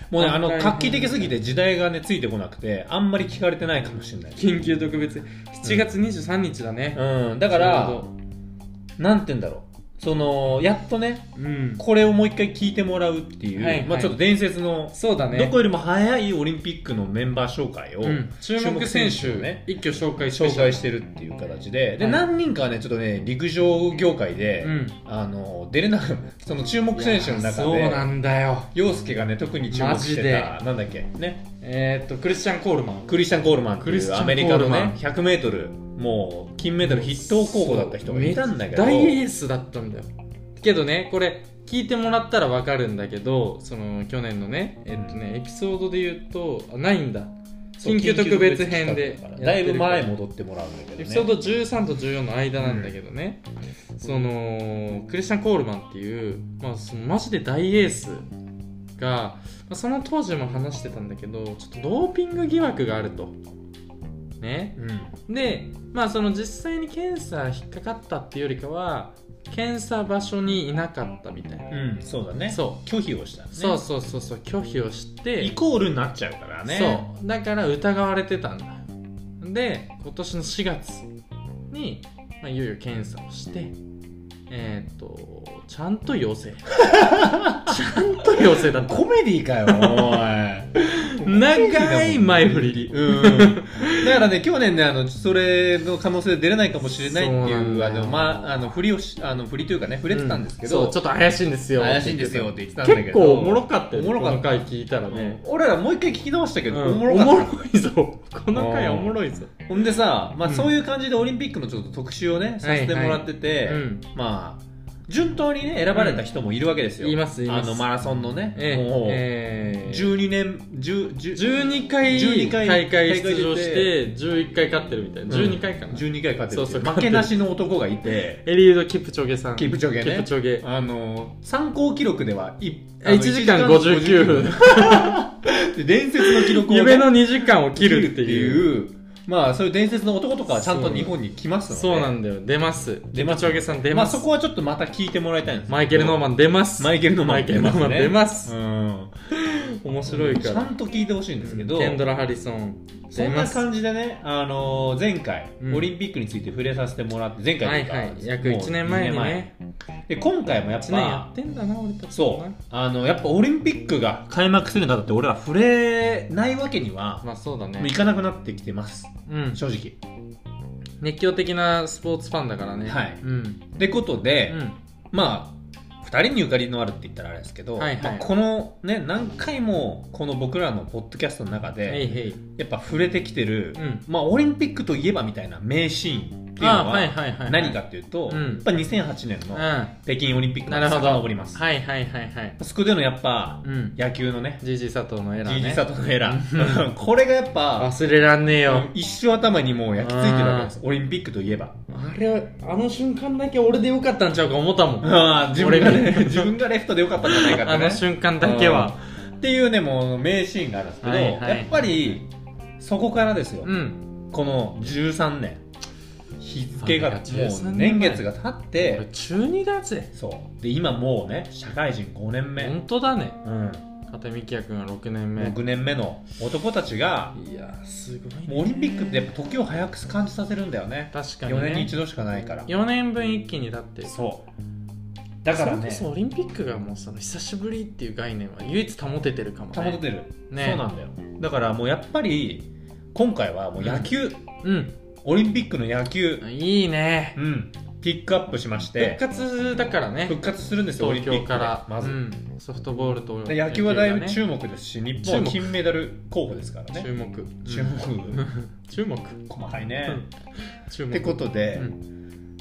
B: もうね
A: あ
B: あの
A: 大変
B: 画期的すぎて時代がねついてこなくてあんまり聞かれてないかもしれない
A: 緊急特別7月23日だね、
B: うんだか
A: ちょ
B: ら
A: う
B: なんて言うんだろうそのやっとね
A: どうん
B: これをもう一回聞いてもらうっていう、
A: はいはい
B: まあちょっと伝説の
A: そうだね
B: どこよりも早いオリンピックのメンバー紹介を
A: うん、注目選手
B: 注目選手をね
A: 一挙紹介
B: 紹介しててるっていう形で、で、
A: はい
B: 何人かはね、ちょっとね、陸上業界で、
A: うん
B: あの、出れなく、 (laughs) その注目選手の中
A: いやーそうな
B: で、
A: んだよ
B: 洋介がね、特に注目して
A: マ
B: た、なんだっけ、ね、
A: えー、っとクリスチャン・コールマン
B: クリスチャン・コールマンって
A: クリス
B: い
A: チ
B: う
A: ャン
B: アメリカの
A: コールマ
B: ね
A: ン、
B: 100メートル、もう、金メダル筆頭候補だった人がいたんだけど、
A: そう大エースだったんだよけどねこれ聞いてもらったら分かるんだけどその去年のねえっとねエピソードで言うとあないんだ
B: そう
A: 緊急特別編で
B: 緊急特別企画だからだいぶ前戻ってもらうんだけどね。
A: エピソード13と14の間なんだけどね、そのクリスチャン・コールマンっていう、まあ、そのマジで大エースが、まあその当時も話してたんだけどちょっとドーピング疑惑があると。ね、
B: うん
A: でまあその実際に検査引っかかったっていうよりかは検査場所にいなかったみたいな、
B: うん、そうだね。
A: そ
B: 拒否をしたんね。
A: そうそうそうそう拒否をして
B: イコールになっちゃうからね。
A: そうだから疑われてたんだで今年の4月に、まあ、いよいよ検査をしてえっ、とちゃんと陽
B: (laughs)
A: 性ちゃんと陽性だった
B: コメディかよ、おい。
A: (laughs) 長い前振り
B: うん。だからね、去年ね、あの、それの可能性で出れないかもしれないってい
A: そうなん
B: う、
A: だ
B: あ
A: よ
B: の、まあ、あの、振りをし、あの、振りというかね、触れてたんですけ
A: う
B: ど、
A: そうちょっと怪しいんですよ
B: 怪しいんですよって言ってたんだけど。
A: 結構おもろかったよね
B: おもろかった
A: この回聞いたら
B: うん
A: ね、
B: 俺らもう一回聞き直したけど、
A: うん
B: おもろかった。
A: いぞこの回おもろいぞ
B: ほんでさ、まあ、
A: うん
B: そういう感じでオリンピックのちょっと特集をね、させてもらってて、
A: うん
B: まあ、順当にね、選ばれた人もいるわけですよ。
A: うんいますいます
B: あの、マラソンのね、
A: え
B: もう、
A: ええー
B: 12年、10、10
A: 12回
B: 12回
A: 大会出
B: 大
A: 場
B: 会出
A: して11回勝ってるみたいな12回かな、
B: 12回勝ってるって
A: そうそう
B: 負けなしの男がいて
A: エリード・キプチョゲさん
B: キプチョゲ
A: キ
B: ね
A: プチョゲ
B: あの参考記録ではいあの
A: 1時間
B: 1
A: 59分
B: で伝説の記 (laughs) 録をね、
A: 夢の2時間を切るっていう
B: うまあそういう伝説の男とかはちゃんと日本に来ますので
A: そうなんだよ出ます出
B: 出ま
A: ますチョゲさん出
B: ま
A: ま
B: あ
A: す、
B: そこはちょっとまた聞いてもらいたいんですけど
A: マイケル・ノーマン出ます
B: マイケルノーマ
A: マ
B: ン
A: イケルノーマン出ます、
B: うん
A: 面白いか
B: ち
A: ら
B: ゃんと聞いてほしいんですけど
A: ケンドラ・ハリソン
B: そ
A: 出
B: んな
A: ます
B: 感じでね、あのー前回、
A: うん
B: オリンピックについて触れさせてもらって、前
A: は
B: 回
A: い
B: とうか
A: はい約
B: もう
A: 1年前に
B: 二
A: ね
B: で今回もやっ
A: 1年や
B: ぱ
A: ってんだな俺たちも
B: そ
A: な
B: うあのやっぱオリンピックが開幕するにあたって俺ら触れないわけには、
A: まあそうだね
B: もういかなくなってきてます
A: うん
B: 正直
A: 熱狂的なスポーツファンだからね
B: はい
A: うん
B: ってこと
A: う
B: で、
A: ん
B: まあ2人にゆかりのあるって言ったらあれですけど、
A: はいはい
B: まあこのね何回もこの僕らのポッドキャストの中
A: へい
B: で
A: へい
B: やっぱ触れてきてる、
A: うん
B: まあ、オリンピックといえばみたいな名シーンっていうの
A: あ
B: は,、
A: はいはいはいはい
B: 何かっていうと、
A: うん
B: やっぱ2008年
A: う
B: の
A: ん
B: 北京オリンピック
A: なる
B: の
A: ほど
B: 遡ります、
A: はいはいはいはい
B: そこでのやっぱ
A: うん
B: 野球のね、
A: ジジ佐藤のエラー
B: ジジ
A: ね
B: サトのエラー。 (laughs) これがやっぱ、
A: 忘れらんねえよ
B: 一生頭にもう焼き付いてるわけです。オリンピックといえば。
A: あれあの瞬間だけ俺でよかったんちゃうか思ったもん
B: ああ、 (laughs) 自分がね
A: 俺、が
B: 自分がレフトでよかったんじゃないか
A: あ
B: ってね。
A: の瞬間だけは
B: っていうね、もう名シーンがあるんですけど、
A: はいはい
B: やっぱり、そこからですよ。
A: うん
B: この13年。日付が、も
A: あれが13
B: う
A: 年前
B: 年月が経っ
A: 俺
B: て、
A: 中2だぜ
B: そう。で、今もうね、社会人5年目。
A: 本当だね
B: うん。
A: 片見輝君は6年目
B: 6年目の男たちが、
A: いやーすごいね
B: もうオリンピックってやっぱ時を早く感じさせるんだよね。
A: 確かに
B: 4年に一
A: ね
B: 度しかないから。
A: 4年分一気にだって
B: そうだからね
A: それこそオリンピックがもうその久しぶりっていう概念は唯一保ててるかもね
B: 保ててる、
A: ね
B: そうなんだよだからもうやっぱり今回はもう野球、
A: うん
B: オリンピックの野球、
A: いいね
B: うん、ピックアップしまし
A: 復
B: て
A: 活だからね
B: 復活するんですよオリ
A: 東
B: ンピッ
A: 京
B: ク
A: から
B: まず、
A: うんソフトボールと
B: で野球はだいぶ
A: ね
B: 注目ですし日本は
A: 注目
B: 金メダル候補ですからね
A: 注目
B: 注目
A: 注目
B: 細かいね、
A: うん注目
B: ってこと
A: う
B: で、
A: ん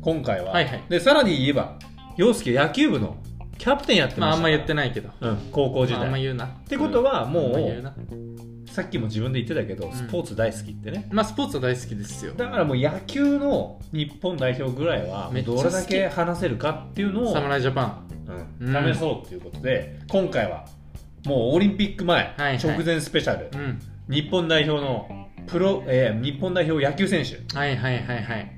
B: 今回は、
A: はいはい
B: でさらに言えば陽介野球部のキャプテンやって
A: ま
B: ま
A: あ
B: し
A: あん
B: たか
A: ま
B: ら
A: 言ってないけど
B: うん、高校時
A: まああんま
B: 代、
A: 言うなって
B: ことはもう
A: あんま言うな
B: さっきも自分で言ってたけどスポーツ大好きってね、
A: まあスポーツは大好きですよ
B: だからもう野球の日本代表ぐらいは
A: めっちゃ好
B: ど
A: き
B: れだけ話せるかっていうのを
A: 侍ジャパン
B: うん試そうっていうことで、今回はもうオリンピック前、
A: はいはい
B: 直前スペシャル
A: うん
B: 日本代表のプロ、えー日本代表野球選手
A: はいはいはいはい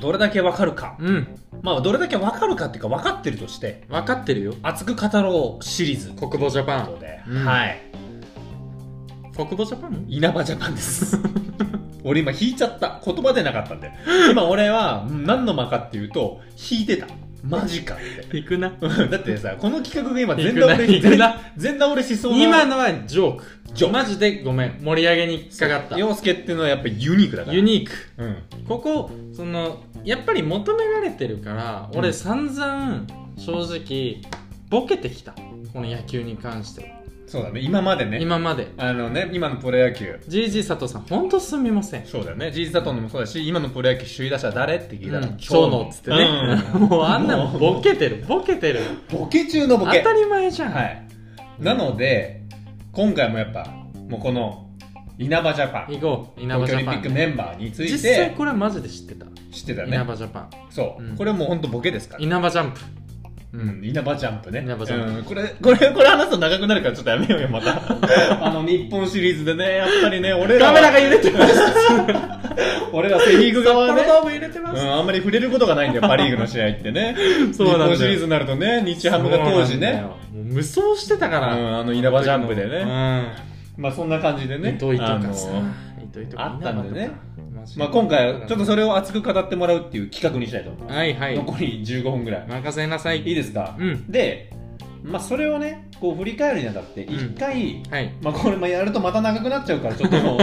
B: どれだけ分かるか、
A: うん
B: まあどれだけ分かるかっていうか分かってるとして
A: 分かってるよ
B: 熱く語ろうシリーズ
A: 国防ジャパ
B: というこ
A: ン
B: とで、
A: うん
B: はい
A: 国防ジャパン
B: 稲葉ジャパンです俺今引いちゃった言葉でなかったんで今俺はうん何の間かっていうと引いてたマジかって (laughs)
A: 行くな
B: うんだってさこの企画が今
A: 行
B: 全
A: く
B: 倒
A: な
B: れ
A: 行くな
B: 全倒れしそうな
A: 今のはジョーク
B: ジョーク
A: マジでごめん盛り上げに引っかかった
B: 洋介っていうのはやっぱりユニークだから
A: ユニーク
B: うん
A: ここそのやっぱり求められてるから俺
B: うん
A: 散々正直ボケてきたこの野球に関して
B: そうだね今までね
A: 今まで
B: あのね今のプロ野球
A: ジージー佐藤さん本当すみません
B: そうだよね事実だとのもそうだし今のプロ野球首位打者誰って聞いたら
A: 超能っつってね、
B: うん
A: もうあんなのボケてるボケてる
B: ボケ中の
A: 当
B: ボケ
A: たり前じゃん、
B: はい、なので今回もやっぱもうこの稲葉ジャパン
A: 行こう稲葉
B: 東
A: ジ
B: 京オリ
A: ャ
B: ン
A: パ
B: ピック
A: ン
B: メンバーにつ
A: 実
B: い
A: 際
B: て
A: これマジで知ってた、
B: 知ってた
A: 稲
B: ね
A: 葉ジャパン
B: そう、
A: うん
B: これもうほんとボケですから
A: 稲葉ジャンプ
B: うん、稲葉ジャンプね
A: 稲葉ジャンプ
B: うん、これこれこれ話すと長くなるからちょっとやめようよ
A: (laughs)
B: またあの日本シリーズでねやっぱりね俺ら
A: カ
B: は
A: メラが揺れてます
B: 俺らセ・リーグ側はね
A: ドーム揺れて
B: う
A: ま
B: ん、
A: す、
B: あんまり触れることがないんだよ、パ・リーグの試合ってね。
A: (laughs) そうなんだよ
B: 日本シリーズになるとね、日ハムが当
A: そうな
B: 時ね、
A: んだよもう無双してたか
B: うん、
A: ら、
B: あの稲葉ジャンプで
A: う
B: ね、
A: ん
B: まあそんな感じでね、
A: 糸井と
B: あの
A: かさ糸井とか
B: あったんで
A: 稲
B: ね
A: 葉とかマジで
B: まあ、今回はちょっとそれを熱く語ってもらうっていう企画にしたいと思います、
A: はいはい
B: 残り15分ぐらい、
A: 任せなさい
B: いいですか、
A: うん
B: で、まあ、それをねこう振り返るにあたって
A: うん
B: 一回、
A: はい
B: まあ、これもやるとまた長くなっちゃうからちょっと
A: (laughs)
B: もう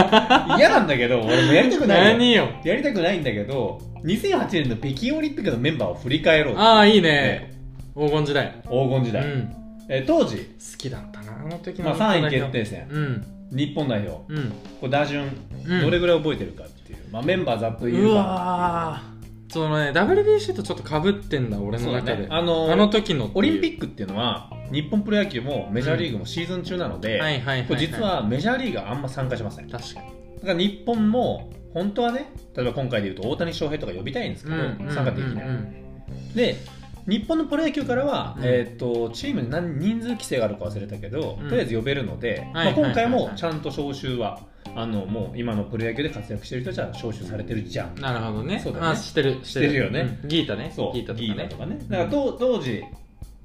B: 嫌なんだけど俺もやりたくないの
A: 何よ
B: やりたくないんだけど2008年の北京オリンピックのメンバーを振り返ろう
A: ああいいね
B: ね
A: 黄金時代
B: 黄金時代、
A: うん、
B: えー当時、
A: 好きだったなあの時
B: ま
A: の
B: あ、3位決定戦
A: うん
B: 日本代表
A: うん
B: こう打順
A: うん
B: どれぐらい覚えてるかっていう、まあ、メンバーざっと言
A: う
B: う
A: わーそのね WBC とちょっとかぶってんだ俺の
B: そうだ
A: 中で、
B: ね
A: あ
B: あのー
A: の時の
B: オリンピ
A: ッ
B: ックっていうのは日本プロ野球もメジャーリーグもシーズン中なので、
A: はいはいはい、はい、
B: これ実はメジャーリーガーあんま参加しませんだ
A: 確かに
B: から日本も本当はね例えば今回で言うと大谷翔平とか呼びたいんですけど、参加できない、
A: うん
B: で日本のプロ野球からは、
A: うん
B: えー、とチームに何人数規制があるか忘れたけど、
A: うん
B: とりあえず呼べるので、
A: はい
B: まあ、
A: はいはい
B: 今回もちゃんと招集はあのもう今のプロ野球で活躍してる人たちは招集されてるじゃん
A: なるほどね
B: そうだね
A: あ知ってる知
B: 知ってるよね、
A: うんギータね
B: そう
A: ギータとかね
B: とかねだからと当時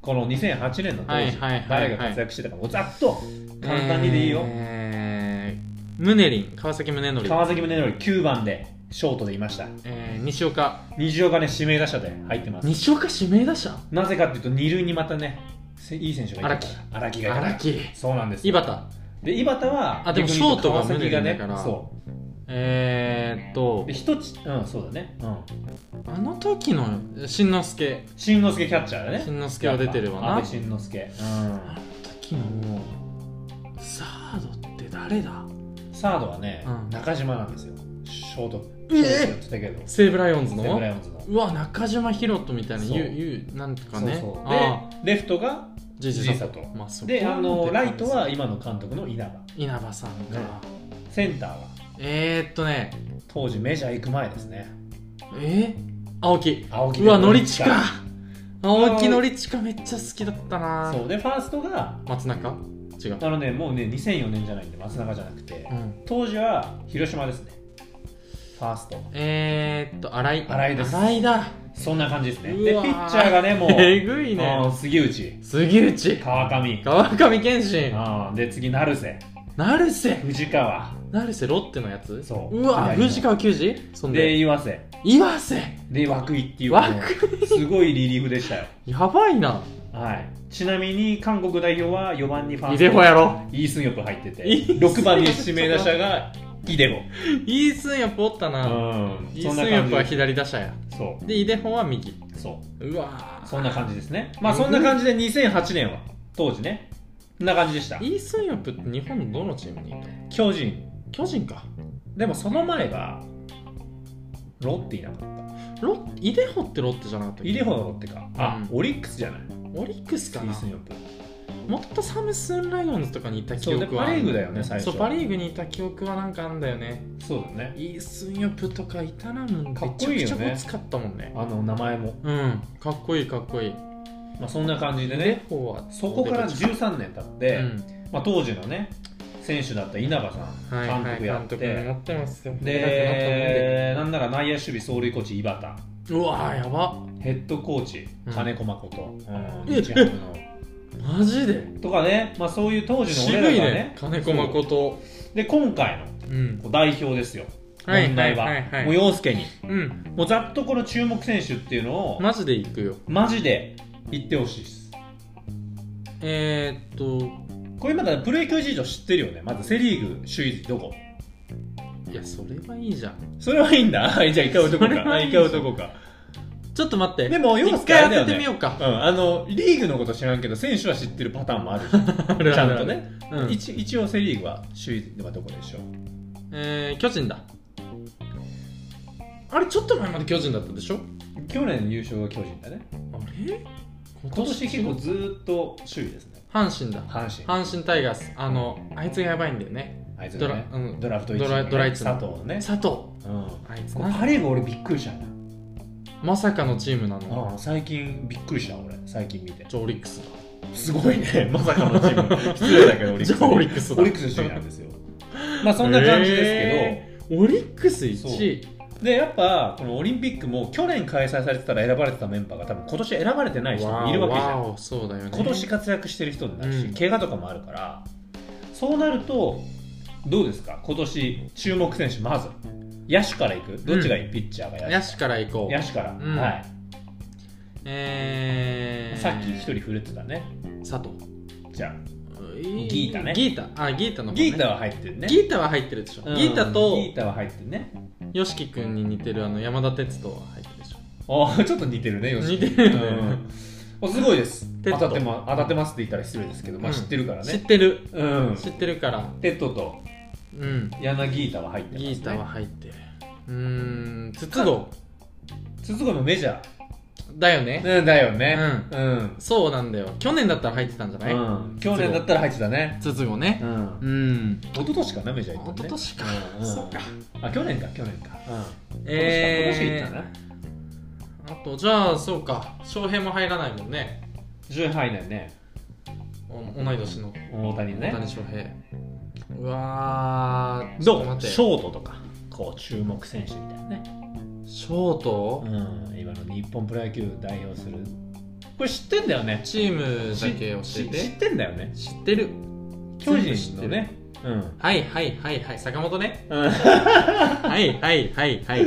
B: この2008年の当
A: はい
B: 時、
A: はいはいはい
B: 誰が活躍してたかもうざっと簡単にでいいよ、
A: えー、ムネリン川崎宗則
B: 川崎宗則9番でショートでいました
A: えー、西岡
B: 西岡ね指名打者で入ってます
A: 西岡指名打者
B: なぜかっていうと二塁にまたねせいい選手がいたから荒木がいたから
A: 荒木
B: そうなんです
A: 井端
B: で井端は
A: あでも
B: 逆に言うと
A: ショートが
B: 川崎がね
A: 宗だから
B: そ
A: えー、っ
B: う
A: と
B: で一つうんそうだねうん
A: あの時のしんのすけ
B: 新之助キャッチャーだね
A: しんのすけは出てるわな
B: 安倍新之助
A: あの時のサードって誰だ
B: うんサードはね
A: うん
B: 中島なんですよショート
A: ええ
B: ショートって言ってたけど
A: 西武ライオンズ
B: セブ
A: の
B: ライオンズの
A: うわ中島ひろとみたいな
B: そう
A: ゆゆなんとかね
B: そうそう
A: ああ
B: でレフトが
A: じい
B: じ
A: じ
B: い
A: さ
B: さ
A: ん
B: と
A: まあそこ
B: であ
A: なん
B: の
A: て
B: ラ
A: 感
B: イ
A: じ
B: トは今の監督の稲葉
A: 稲葉さんか、
B: ねセンターは
A: えー、っとね
B: 当時メジャー行く前ですね
A: えー、青木
B: 青木
A: うわノリチか青木ノリチかめっちゃ好きだったな
B: そうでファーストが
A: 松中違う
B: あのねもうね2004年じゃないんで松永じゃなくて
A: うん
B: 当時は広島ですねファースト
A: えー、っと、新井。
B: 新井です
A: 新井だ。
B: そんな感じですね
A: う
B: でピ
A: わー
B: ッチャーがねもう
A: えぐい
B: あ
A: ね。
B: ー杉内
A: 杉内。
B: 川上
A: 川上健信。
B: あーで次成瀬
A: 成瀬。
B: 藤川
A: 成瀬、ロッテのやつ
B: そう
A: うわ、
B: 左の
A: 藤川球児そん
B: で
A: で、
B: 岩瀬
A: 岩瀬。
B: で涌井って
A: 涌
B: いう
A: 井
B: もうすごいリリーフでしたよ、
A: やばいな。
B: はい、ちなみに韓国代表は4番にファー
A: イ
B: ス
A: デ
B: ト
A: ホやろ。
B: イースンヨプ入ってて
A: イースンヨプ
B: 6番に指名打者がイデホ
A: イースンやっぱおったな。
B: うん
A: イ
B: そ
A: ー
B: ん
A: ス
B: な
A: ンや
B: 感
A: っ
B: じ
A: ぱは
B: です
A: 左打者や。
B: そ
A: で、イデホは右。
B: うそう
A: わ
B: う
A: ー
B: そんな感じですねまあそんな感じで2008年は当時ねこんな感じでした
A: イースンヨプって日本のどのチームにいたの
B: 巨人
A: 巨人か。
B: でもその前がロッテいなかった
A: ロッイデホってロッテじゃなかったっけ
B: イデホのロッテかあ、
A: うん
B: オリックスじゃない
A: オリックスか
B: イー
A: な
B: スンヨップ
A: もともとサムスンライオンズとかにいた記憶は
B: そうでパリーグだよね最初
A: そうパリーグにいた記憶はなんかあんだよね
B: そうだね
A: イースンヨプとかいたなもん
B: かっこいいよね
A: めちゃくちゃごつかったもんね
B: あの名前も、
A: うんかっこいいかっこいい
B: まあ、そんな感じでね
A: フォワード
B: そこから13年経って、
A: うん
B: まあ、当時のね選手だった稲葉さん
A: はいはい
B: 監督やって
A: 監督になってますよ
B: でなんなら内野守備走塁コーチ井
A: 偉
B: 端
A: くなったもんでうわーやば
B: ヘッドコーチ
A: うん
B: 金子誠、うん
A: え
B: 日ハムの
A: マジで
B: とかね、まあ、そういう当時の
A: 渋
B: 俺
A: い
B: らがね
A: ね金子誠
B: で今回の
A: うん
B: こう代表ですよ
A: はい
B: 問題は,、
A: はいはいはい
B: もう陽介に
A: うん
B: もうざっとこの注目選手っていうのを、
A: マジでいくよ
B: マジで言ってほしいです
A: えー、っと
B: これまだプロ野球事情知ってるよねまずセ・リーグ首位どこ
A: いやそれはいいじゃん
B: それはいいんだ (laughs) はいじゃあ一回置いとこう
A: それ
B: か
A: はいい
B: 一回置いとこうか
A: ちょっと待って
B: でも陽
A: 一
B: 介あ
A: 回
B: れだ
A: 当てて
B: よね
A: みようか、
B: うん、あのリーグのこと知らんけど選手は知ってるパターンも
A: (laughs)
B: あるじゃん
A: ある
B: (laughs) ち
A: あ
B: ゃ
A: る
B: ん
A: あ
B: と
A: る
B: ね、
A: うん
B: 一一応セ・リーグは首位はどこでしょう
A: えー、巨人だあれちょっと前まで巨人だったでしょ
B: 去年優勝が巨人だね
A: あれ
B: 今年結構ずーっと首位ですね
A: 阪神だ
B: 阪神
A: 阪神タイガースあのあいつがやばいんだよね
B: あいつ
A: ド
B: が
A: ラ
B: ね
A: うん
B: ドラフト1
A: ドラドラ一の
B: 佐藤ね、
A: 佐藤
B: うん、
A: あいつ
B: これ
A: な
B: パ・リーグ俺びっくりしたな、
A: まさかのチームなの
B: うん、最近びっくりした俺最近見て
A: じゃあオリックスだ
B: すごいね (laughs) まさかのチーム失礼だけどオリック
A: じ
B: ス
A: ゃあオリックスだ
B: オリックス首位なんですよまあそんな感じですけど、
A: えーオリックス1位
B: でやっぱこのオリンピックも去年開催されてたら選ばれてたメンバーが多分今年選ばれてない人もいるわけじゃん
A: わおそうだよね
B: 今年活躍してる人になるし、
A: うん
B: 怪我とかもあるからそうなるとどうですか今年注目選手まず野手からいくどっちがいい、ピッチャーが野
A: 野手から行こ
B: 手
A: う
B: 野手から、
A: うん
B: はい、
A: えー、
B: さっき一人触れてたね
A: 佐藤
B: じゃギ
A: ギ
B: ータね
A: ギータあギータの
B: あ
A: 方
B: ギ
A: ね
B: ータは入ってるね
A: ギータは入ってるでしょ、
B: うん
A: ギータと
B: ギータは入ってるね
A: y o s 君に似てるあの山田哲人は入ってるでしょ
B: ああちょっと似てるね吉
A: 似てるね
B: うん、おすごいです
A: テ
B: 当
A: ッド
B: たって、ま、当たってますって言ったら失礼ですけど、まあ、
A: うん
B: 知ってるから
A: 知っ
B: ね、
A: てる
B: うん、
A: 知ってるから
B: テッドと
A: うん
B: 柳ギータは入ってます、ね、
A: ギータは入ってるうーん筒香
B: 筒子のメジャ
A: だよね
B: ー、うん、だよねうん、
A: そうなんだよ去年だったら入ってたんじゃない、
B: うん去年だったら入ってたね
A: 筒香ね
B: うん
A: うん
B: 一昨年かなメジャー行
A: 一
B: っ
A: 昨
B: たのね
A: 年か、
B: うんうん
A: そうか
B: あ去年か去年か
A: え
B: 今年か今年行った
A: ー、あとじゃあそうか翔平も入らないもんね
B: な10入んないね
A: お同い年の
B: 大谷
A: 大
B: ね
A: 谷翔平うわーちょっと
B: どう
A: 待って
B: ショートとかこう注目選手みたいなね
A: ショート、
B: うん、今の日本プロ野球代表するこれ知ってんだよね
A: チームだけ教
B: し知
A: え
B: ってんだよね
A: て知ってる
B: 巨
A: 全部知って
B: 人の
A: る
B: ねうん
A: はいはいはいはい坂本ね
B: うん
A: はいはいはいはい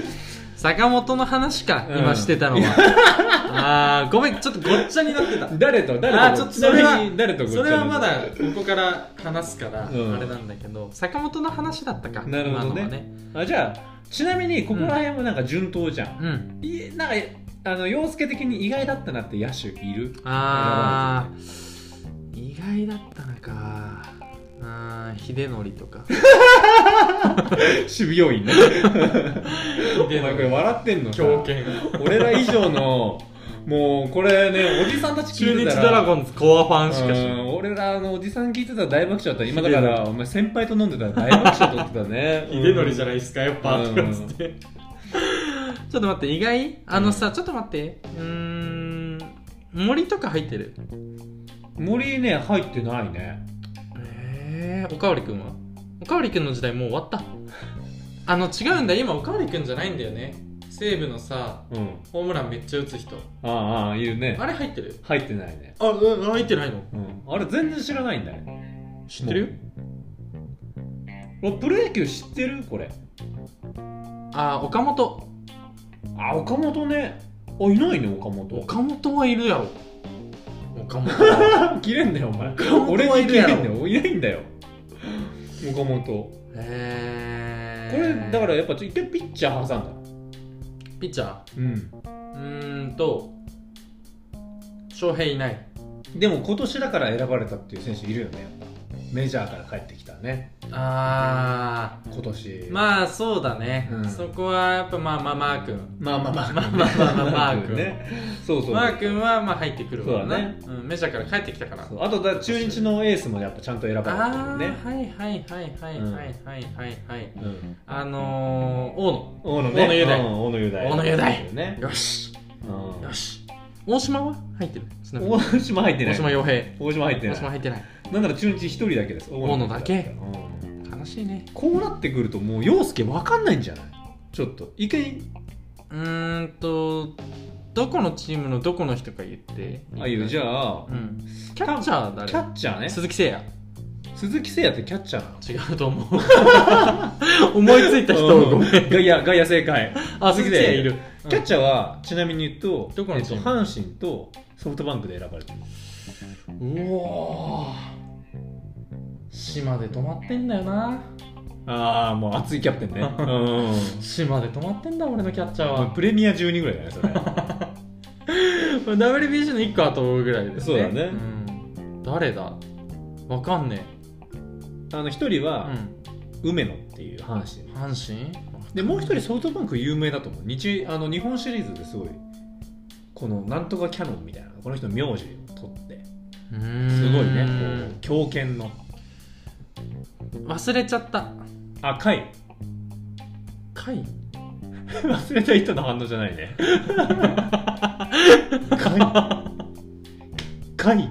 A: 坂本の話か、
B: うん
A: 今してたのはあ
B: (laughs)
A: ーごめんちょっとごっちゃになってた
B: 誰と誰と
A: あーちょっとそれは
B: ちなみに誰とごっち
A: そ
B: ゃ
A: れはまだここから話すからあ
B: うん
A: れなんだけど、坂本の話だったか
B: なるほどね
A: 今のはね
B: あじゃあちなみにここら辺もなんか順当じゃん、
A: うん
B: いなんかあの洋介的に意外だったなって野手
A: (laughs)
B: いる
A: あー意外だったのかあー秀則と
B: (laughs)
A: か
B: 守備要員ねお前これ笑ってんのさ
A: 強肩
B: 俺ら以上のもうこ
A: (laughs)
B: れねおじさんたち聞
A: 中日
B: いてたら
A: ドラゴンズコアファンしかし
B: う
A: ない
B: ん俺らあのおじさん聞いてたら大爆笑だった今だからお前先輩と飲んでたら大爆笑取ってたね
A: (laughs) 秀則じゃ
B: ゃ
A: ないですかやっぱ、
B: うん
A: とかっつってちょっと待って意外あのさ、ちょっと待ってうーん森とか入ってる
B: 森ね入ってないね
A: えー、おかわりくんはおかわりくんの時代もう終わったあの違うんだ今おかわりくんじゃないんだよね西武のさ
B: うん
A: ホームランめっちゃ打つ人
B: ああああいるね
A: あれ入ってる
B: 入ってないね
A: あうん入ってないの
B: うんあれ全然知らないんだね
A: 知ってるよ
B: もうプロ野球知ってるこれ
A: あ岡本
B: あ岡本ねあいないね岡本
A: 岡本はいるやろ岡 (laughs) 本
B: 切れんだよお前
A: 本
B: 俺
A: はい
B: に
A: る
B: 切れ
A: やろ
B: んだよいないんだよ岡本こ
A: え
B: れ
A: ー、
B: だからやっぱちょ一回ピッチャー挟んだ
A: ピッチャー
B: うん
A: うーんと翔平いない
B: でも今年だから選ばれたっていう選手いるよねやっぱメジャーから帰ってきたね
A: あ
B: 今年
A: ーまあそうだね、
B: うん
A: そこはやっぱまあまあマー君
B: まあまあまあ
A: まあまあまあまあマー君
B: ねそうそう
A: マー君はまあ入ってくるわ
B: そうだ
A: ね
B: ね
A: うん、メジャーから帰ってきたから
B: そうあとだ中日のエースもやっぱちゃんと選ばれて
A: あ
B: る
A: あ、
B: ね
A: はいはいはいはいはいはいはいはい、
B: うん
A: あのー、大野
B: 大野
A: 大野雄大
B: うん大野雄大
A: 大野雄大
B: ね
A: よし
B: うん
A: よし大島は入ってるちなみに
B: 大島入ってな
A: 大
B: い
A: 島洋平
B: 大島入って
A: 大
B: ない
A: 島入ってない
B: なんなら中日一人だけです
A: 大野だけ
B: うん
A: 悲しいね
B: こうなってくるともう陽介わかんないんじゃないちょっと一回
A: うーんとどこのチームのどこの人か言って
B: あいうじゃあ
A: うんキャッチャー誰
B: キャッチャーね
A: 鈴木誠
B: 鈴木誠也ってキャッチャーなの
A: 也違うと思う (laughs) 思いついた人をごめん
B: ガイアガイア正解
A: あ鈴木誠也いるうん
B: キャッチャーはちなみに言うと
A: どこのチーム
B: えっと阪神とソフトバンクで選ばれてる
A: うおー島で止まってんだよな
B: ああもう熱いキャプテンねう
A: 島で止まってんだ俺のキャッチャー
B: ん
A: は
B: プレミア12ぐらいだねそ
A: (laughs)
B: れ
A: WBC の1個後ぐらいですね
B: そうだね
A: ん誰だわかんね
B: あの一
A: え、
B: 人は
A: う
B: 梅野っていう阪神
A: ん、阪神
B: でもう一人ソフトバンク有名だと思う日あの日本シリーズですごいこのなんとかキャノンみたいなこの人名字を取って
A: うーん
B: すごいねこう強肩の
A: 忘れちゃった
B: 赤い
A: 貝
B: (laughs) 忘れた人の反応じゃないねかいかい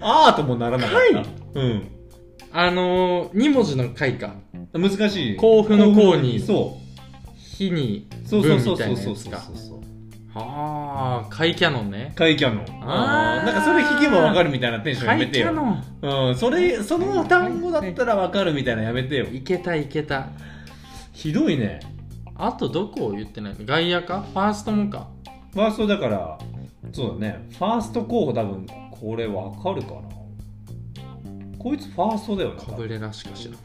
B: あーともならなかったうん
A: あのー、2文字の貝か
B: 難しい
A: 甲府の甲に
B: そ
A: 火に
B: うそうそ
A: 文み
B: うそう
A: た
B: そ
A: いうな
B: そ
A: や
B: う
A: つ
B: そう
A: か
B: そう
A: はあ貝キャノンね
B: カイキャノン
A: あー
B: なんかそれ聞けばわかるみたいなテンションやめ
A: 貝
B: て
A: キャ
B: よ、
A: ノン
B: うん、それその単語だったらわかるみたいなやめてよ
A: いけたいけた
B: ひどいね
A: あとどこを言ってないの外野かファーストもか
B: ファーストだからそうだねファースト候補多分これわかるかなこいつファーストだよね
A: カブレラしか知らん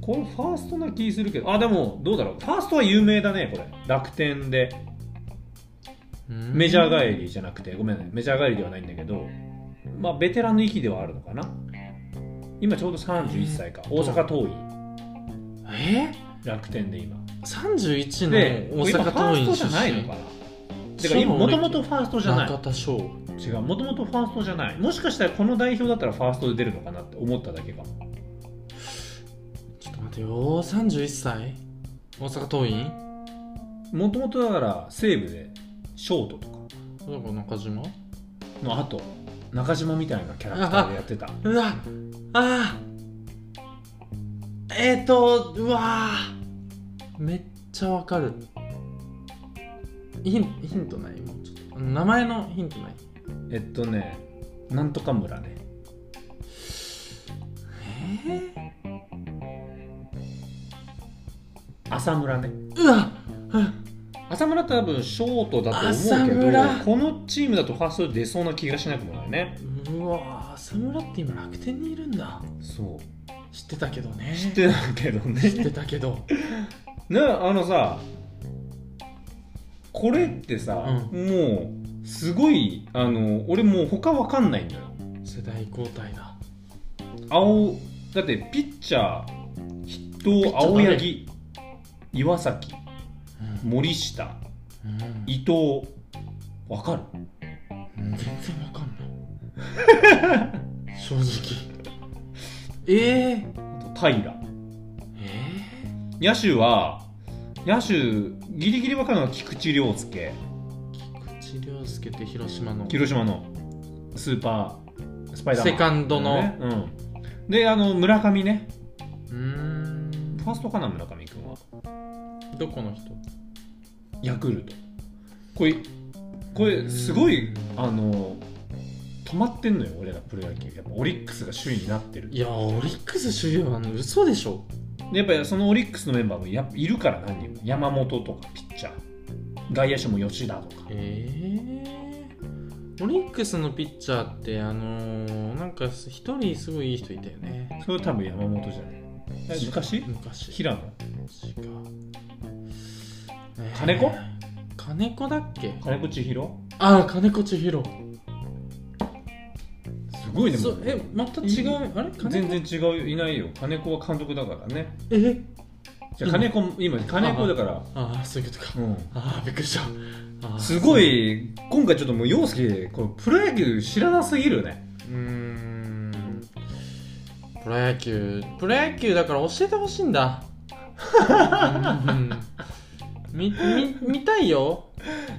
B: これファーストな気するけどあでもどうだろうファーストは有名だねこれ楽天で
A: うん
B: メジャー帰りじゃなくてごめんねメジャー帰りではないんだけどまあベテランの域ではあるのかな今ちょうど31歳か
A: えー
B: 大阪桐
A: え
B: 蔭楽天で今
A: 三31
B: で
A: の大
B: 今フ
A: 阪
B: ァ
A: 桐
B: ー
A: 蔭出
B: ストじゃないの
A: 身
B: かなてか今もともとファーストじゃない
A: 中田翔
B: 違うもともとファーストじゃないもしかしたらこの代表だったらファーストで出るのかなって思っただけかも
A: ちょっと待てよ31歳大阪桐蔭
B: もともとだから西武でショートとか
A: どこ中島
B: の後中島みたいなキャラクターでやってた
A: うわあーえっ、ー、とうわーめっちゃわかるヒンヒントないもうちょっと名前のヒントない
B: えっとねなんとか村ね
A: え
B: 浅村ね
A: ー、うわ
B: 浅村って多分ショートだと思
A: 浅
B: うけど
A: 村
B: このチームだとファーストで出そうな気がしなくもないね
A: うわ浅村って今楽天にいるんだ
B: そう
A: 知ってたけどね
B: 知ってたけど
A: 知って
B: ね
A: たけど
B: ねあのさこれってさ、もうすごいあの俺もう他わかんないんだよ
A: 世代交代だ
B: 青だってピッチャー筆頭青柳岩崎
A: うん
B: 森下
A: うん
B: 伊藤わかる
A: 全然わかんない正直えー、
B: あと平
A: え
B: 野手は野手ギリギリわかるのは菊池涼介
A: ー、菊池涼介って広島の
B: 広島のスーパースパイダーマン
A: セカンドの、
B: ねうん、であの村上ね
A: うーん
B: ファーストかな村上君は
A: どこの人
B: ヤクルトこれこれすごいあの止まってんのよ俺らプロ野球やっぱオリックスが首位になってる
A: いやオリックス主要は嘘でしょ
B: でやっぱりそのオリックスのメンバーもやっぱいるから何人も山本とかピッチャー外野手も吉田とか
A: えー、オリックスのピッチャーってあのー、なんか一人すごいいい人いたよね
B: それ多分山本じゃない昔
A: 昔
B: 平野
A: 違う、えー
B: 金子
A: 金子だっけ
B: 金子千尋
A: ああ金子千尋
B: すごいねも
A: そう
B: う
A: えまた違うあれ
B: 全
A: 金
B: 然違うよいないよ金子は監督だからね
A: 子え
B: じゃあ金子も今金子だから
A: ああそういうことか
B: うん
A: ああびっくりしたあー
B: すごい今回ちょっともう陽介このプロ野球知らなすぎるね
A: うーんプロ野球プロ野球だから教えてほしいんだうんみみ見たいよ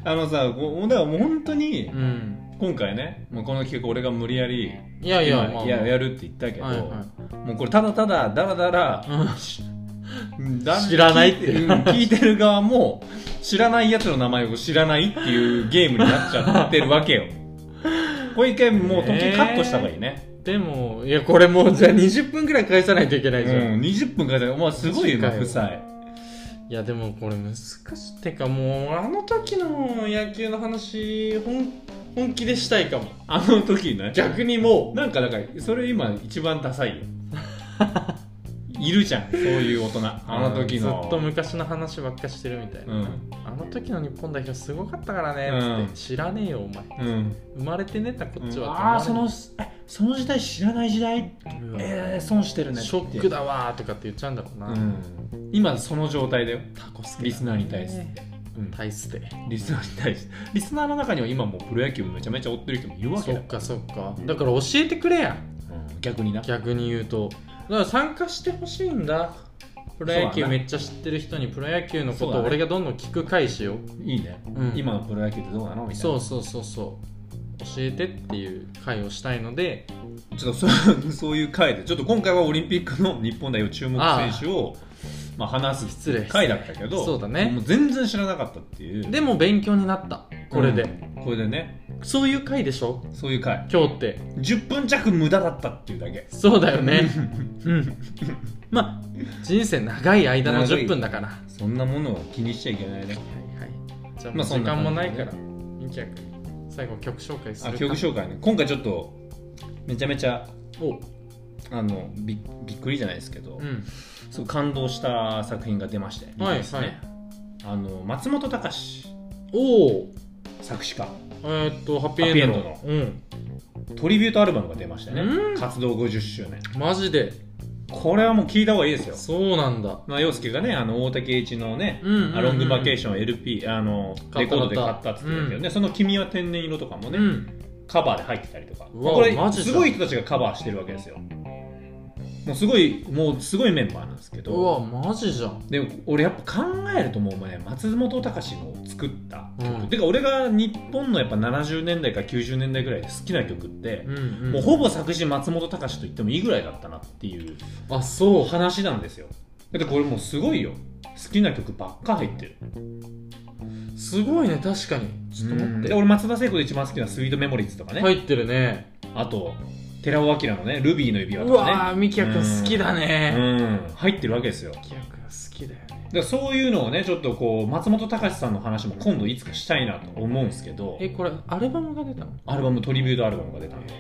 B: あのさこうだからもう本当に
A: うん
B: 今回ねもうこの企画俺が無理やり
A: いやいや、まあ、
B: いややるって言ったけど、
A: はいはい
B: もうこれただただだらだらだ
A: (laughs) 知らないって
B: 聞いて,、うん聞いてる側も知らないやつの名前を知らないっていうゲームになっちゃってるわ
A: (laughs)
B: けよこれ一回もう時計カットした方がいいね、
A: でもいやこれもうじゃあ20分くらい返さないといけないじゃん、
B: うん、20分かかるお前すごいよ
A: マジかよ
B: 負債
A: いやでもこれ難しいてかもうあの時の野球の話本本気でしたいかも
B: あの時ね
A: 逆にも
B: なんかだからそれ今一番ダサ
A: (laughs)
B: いよいるじゃんそういう大人
A: う
B: あの時の
A: ずっと昔の話ばっかしてるみたいな、
B: うん
A: あの時の日本代表すごかったからね、
B: うん
A: つって知らねえよお前
B: うん
A: 生まれてねえたこっちは、
B: ああそのえその時代知らない時代
A: うわ
B: えー、損してるねって
A: ショックだわーとかって言っちゃうんだろうな、
B: うん今その状態だよ
A: タコ好きだね
B: リスナーに対してうん
A: 対して
B: リスナーに対してリスナーの中には今もうプロ野球めちゃめちゃ追ってる人もいるわ
A: そ
B: けだ
A: っかそっかだから教えてくれや
B: うん逆にな
A: 逆に言うとだから参加してほしいんだプロ野
B: そう
A: 球
B: だね
A: めっちゃ知ってる人にプロ野球のこ
B: そう
A: と
B: だ
A: を
B: ね
A: 俺がどんどん聞く回しよう
B: いいね、
A: うん
B: 今のプロ野球ってどうなのみたいな
A: そうそうそうそう教えてっていう回をしたいので
B: ちょっとそう (laughs) そういう回でちょっと今回はオリンピックの日本代表注目選手をまあ、話す
A: 失礼
B: 回だったけど
A: そうだね
B: もう全然知らなかったっていう
A: でも勉強になったこれで、
B: うんこれでね
A: そういう回でしょ
B: そういう回
A: 今日って
B: 10分弱無駄だったっていうだけ
A: そうだよねうんまあ人生長い間の
B: 長い
A: 10分だからは
B: そんなものを気にしちゃいけないね
A: いはいじゃあも
B: ま
A: う
B: あそ
A: 時
B: んな
A: 間
B: 感じ
A: もないからみきやくん最後曲紹介する
B: あ
A: か
B: 曲紹介ね今回ちょっとめちゃめちゃ
A: お
B: あのびびっくりじゃないですけど、
A: うん
B: すごい感動した作品が出まして、
A: はい
B: ですねあの松本隆
A: おお
B: 作詞家
A: えーっとハッピーエンド
B: ハ
A: のうん
B: トリビュートアルバムが出ましたね、
A: うん
B: 活動50周年
A: マジで
B: これはもう聞いた方がいいですよ、
A: そうなんだ
B: まあ、陽介がねあの大竹栄一のね、
A: うんうんうんうん
B: あロングバケーション LP あの
A: 買
B: レ
A: った
B: コードで買ったって言ってたけどね、その「君は天然色」とかもね、
A: うん
B: カバーで入ってたりとか
A: うわ
B: これ
A: マジじゃん
B: すごい人たちがカバーしてるわけですよもうすごいもうすごいメンバーなんですけど
A: うわマジじゃん
B: でも俺やっぱ考えるともうお前松本隆の作った曲、
A: うん
B: てか俺が日本のやっぱ70年代か90年代ぐらいで好きな曲って、
A: うんうん
B: もうほぼ作詞松本隆と言ってもいいぐらいだったなっていう
A: あそう
B: 話なんですよだってこれもうすごいよ好きな曲ばっか入ってる
A: すごいね確かにちょっと待っ
B: で
A: て
B: 俺松田聖子で一番好きな「スイートメモリーズ」とかね、
A: 入ってるね
B: あと寺尾明のね「ルビーの指輪」
A: う
B: とかね
A: わーみきやくん好きだね
B: うん入ってるわけですよだか
A: みきやくん好きだよね
B: らそういうのをねちょっとこう松本隆さんの話も今度いつかしたいなと思うんですけど
A: えこれアルバムが出たの
B: アルバムトリビュートアルバムが出たんで、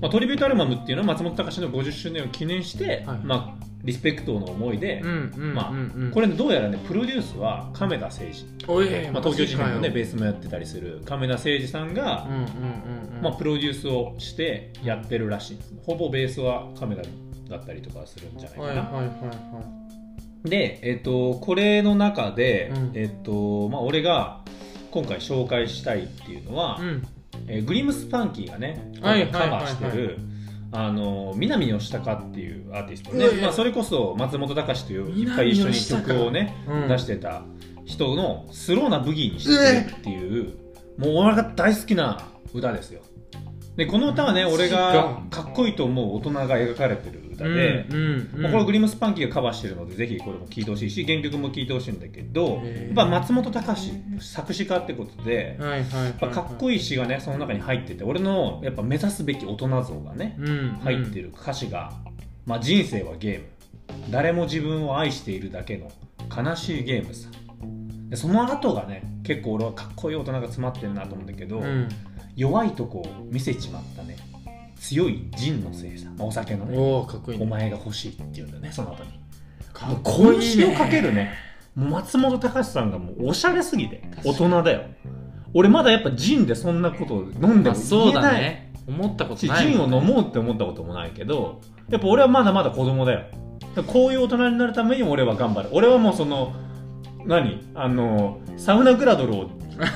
B: まあ、トリビュートアルバムっていうのは松本隆の50周年を記念して、
A: はい
B: まあ、リスペクトの思いで、
A: うんうん
B: まあ
A: うんうん
B: これねどうやらねプロデュースは亀田誠治、
A: おい
B: まあ、東京事変のねベ
A: ー
B: ースもやってたりする亀田誠治さん
A: う
B: が
A: ん、うんうんうん
B: まあ、プロデュースをしてやってるらしいんですほぼベースは亀田だったりとかするんじゃないかな、
A: はいはいはいは
B: で、えっとこれの中で、
A: うん
B: えっとまあ、俺が今回紹介したいっていうのは、
A: いうん
B: えーグリムスパンキーがねカ
A: はい
B: バーして
A: はいはい
B: るあの南義孝っていうアーティスト
A: うわい
B: ね、
A: や
B: まあ、それこそ松本隆といういっぱい一緒に曲をね、
A: うん
B: 出してた人のスローなブギーにしてるっていうもう俺が大好きな歌ですよでこの歌はね俺がかっこいいと思う大人が描かれてる歌で、
A: うんうん
B: まあこれグ
A: リ
B: リムスパンキーがカバーしてるのでぜひこれも聴いてほしいし原曲も聴いてほしいんだけど
A: へー
B: やっぱ松本隆作詞家ってことで
A: はいはいはい
B: やっぱかっこ
A: いい
B: いい詩がねその中に入ってて俺のやっぱ目指すべき大人像がね
A: うん
B: 入って
A: る
B: る歌詞が「まあ、人生はゲーム誰も自分を愛しているだけの悲しいゲームさ」でその後がね結構俺はかっこいい大人が詰まってるなと思うんだけど、
A: うん
B: 弱いとこを見せちまったね強いジンのせいさ、まあお酒のね
A: おおかっこいい
B: お
A: ね
B: 前が欲しいって言うんだよねその後に
A: かっ
B: こ
A: こ
B: の
A: いいね
B: 詩をかけるねもう松本隆さんがもうおしゃれすぎて大人だよ俺まだやっぱジンでそんなこと飲んで
A: ま
B: も
A: あそ
B: 言え
A: う
B: な
A: だ
B: い、
A: ね思ったこと
B: し
A: ない
B: ジンを飲
A: う
B: もうって思ったこともないけどやっぱ俺はまだまだ子供だよだからこういう大人になるために俺は頑張る俺はもうその何あのサウナグラド
A: (laughs)
B: ルをと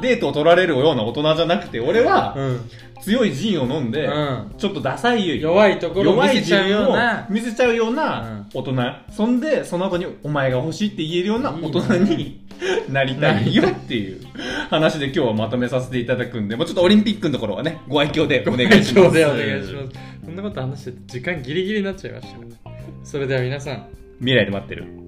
B: デートを取られるような大人じゃなくて俺は
A: うん、
B: 強いジンを飲んで、
A: うん、
B: ちょっとダサいよ
A: 弱いところを見せちゃうような
B: 見せちゃうような大人、そんでその後にお前が欲しいって言えるような大人になりたいよっていう話で今日はまとめさせていただくんでもうちょっとオリンピックのところはねご愛嬌でお願い
A: (laughs)
B: します
A: 今日でお願いしますそんなこと話してて時間ギリギリになっちゃいましたけどねそれでは皆さん
B: 未来で待ってる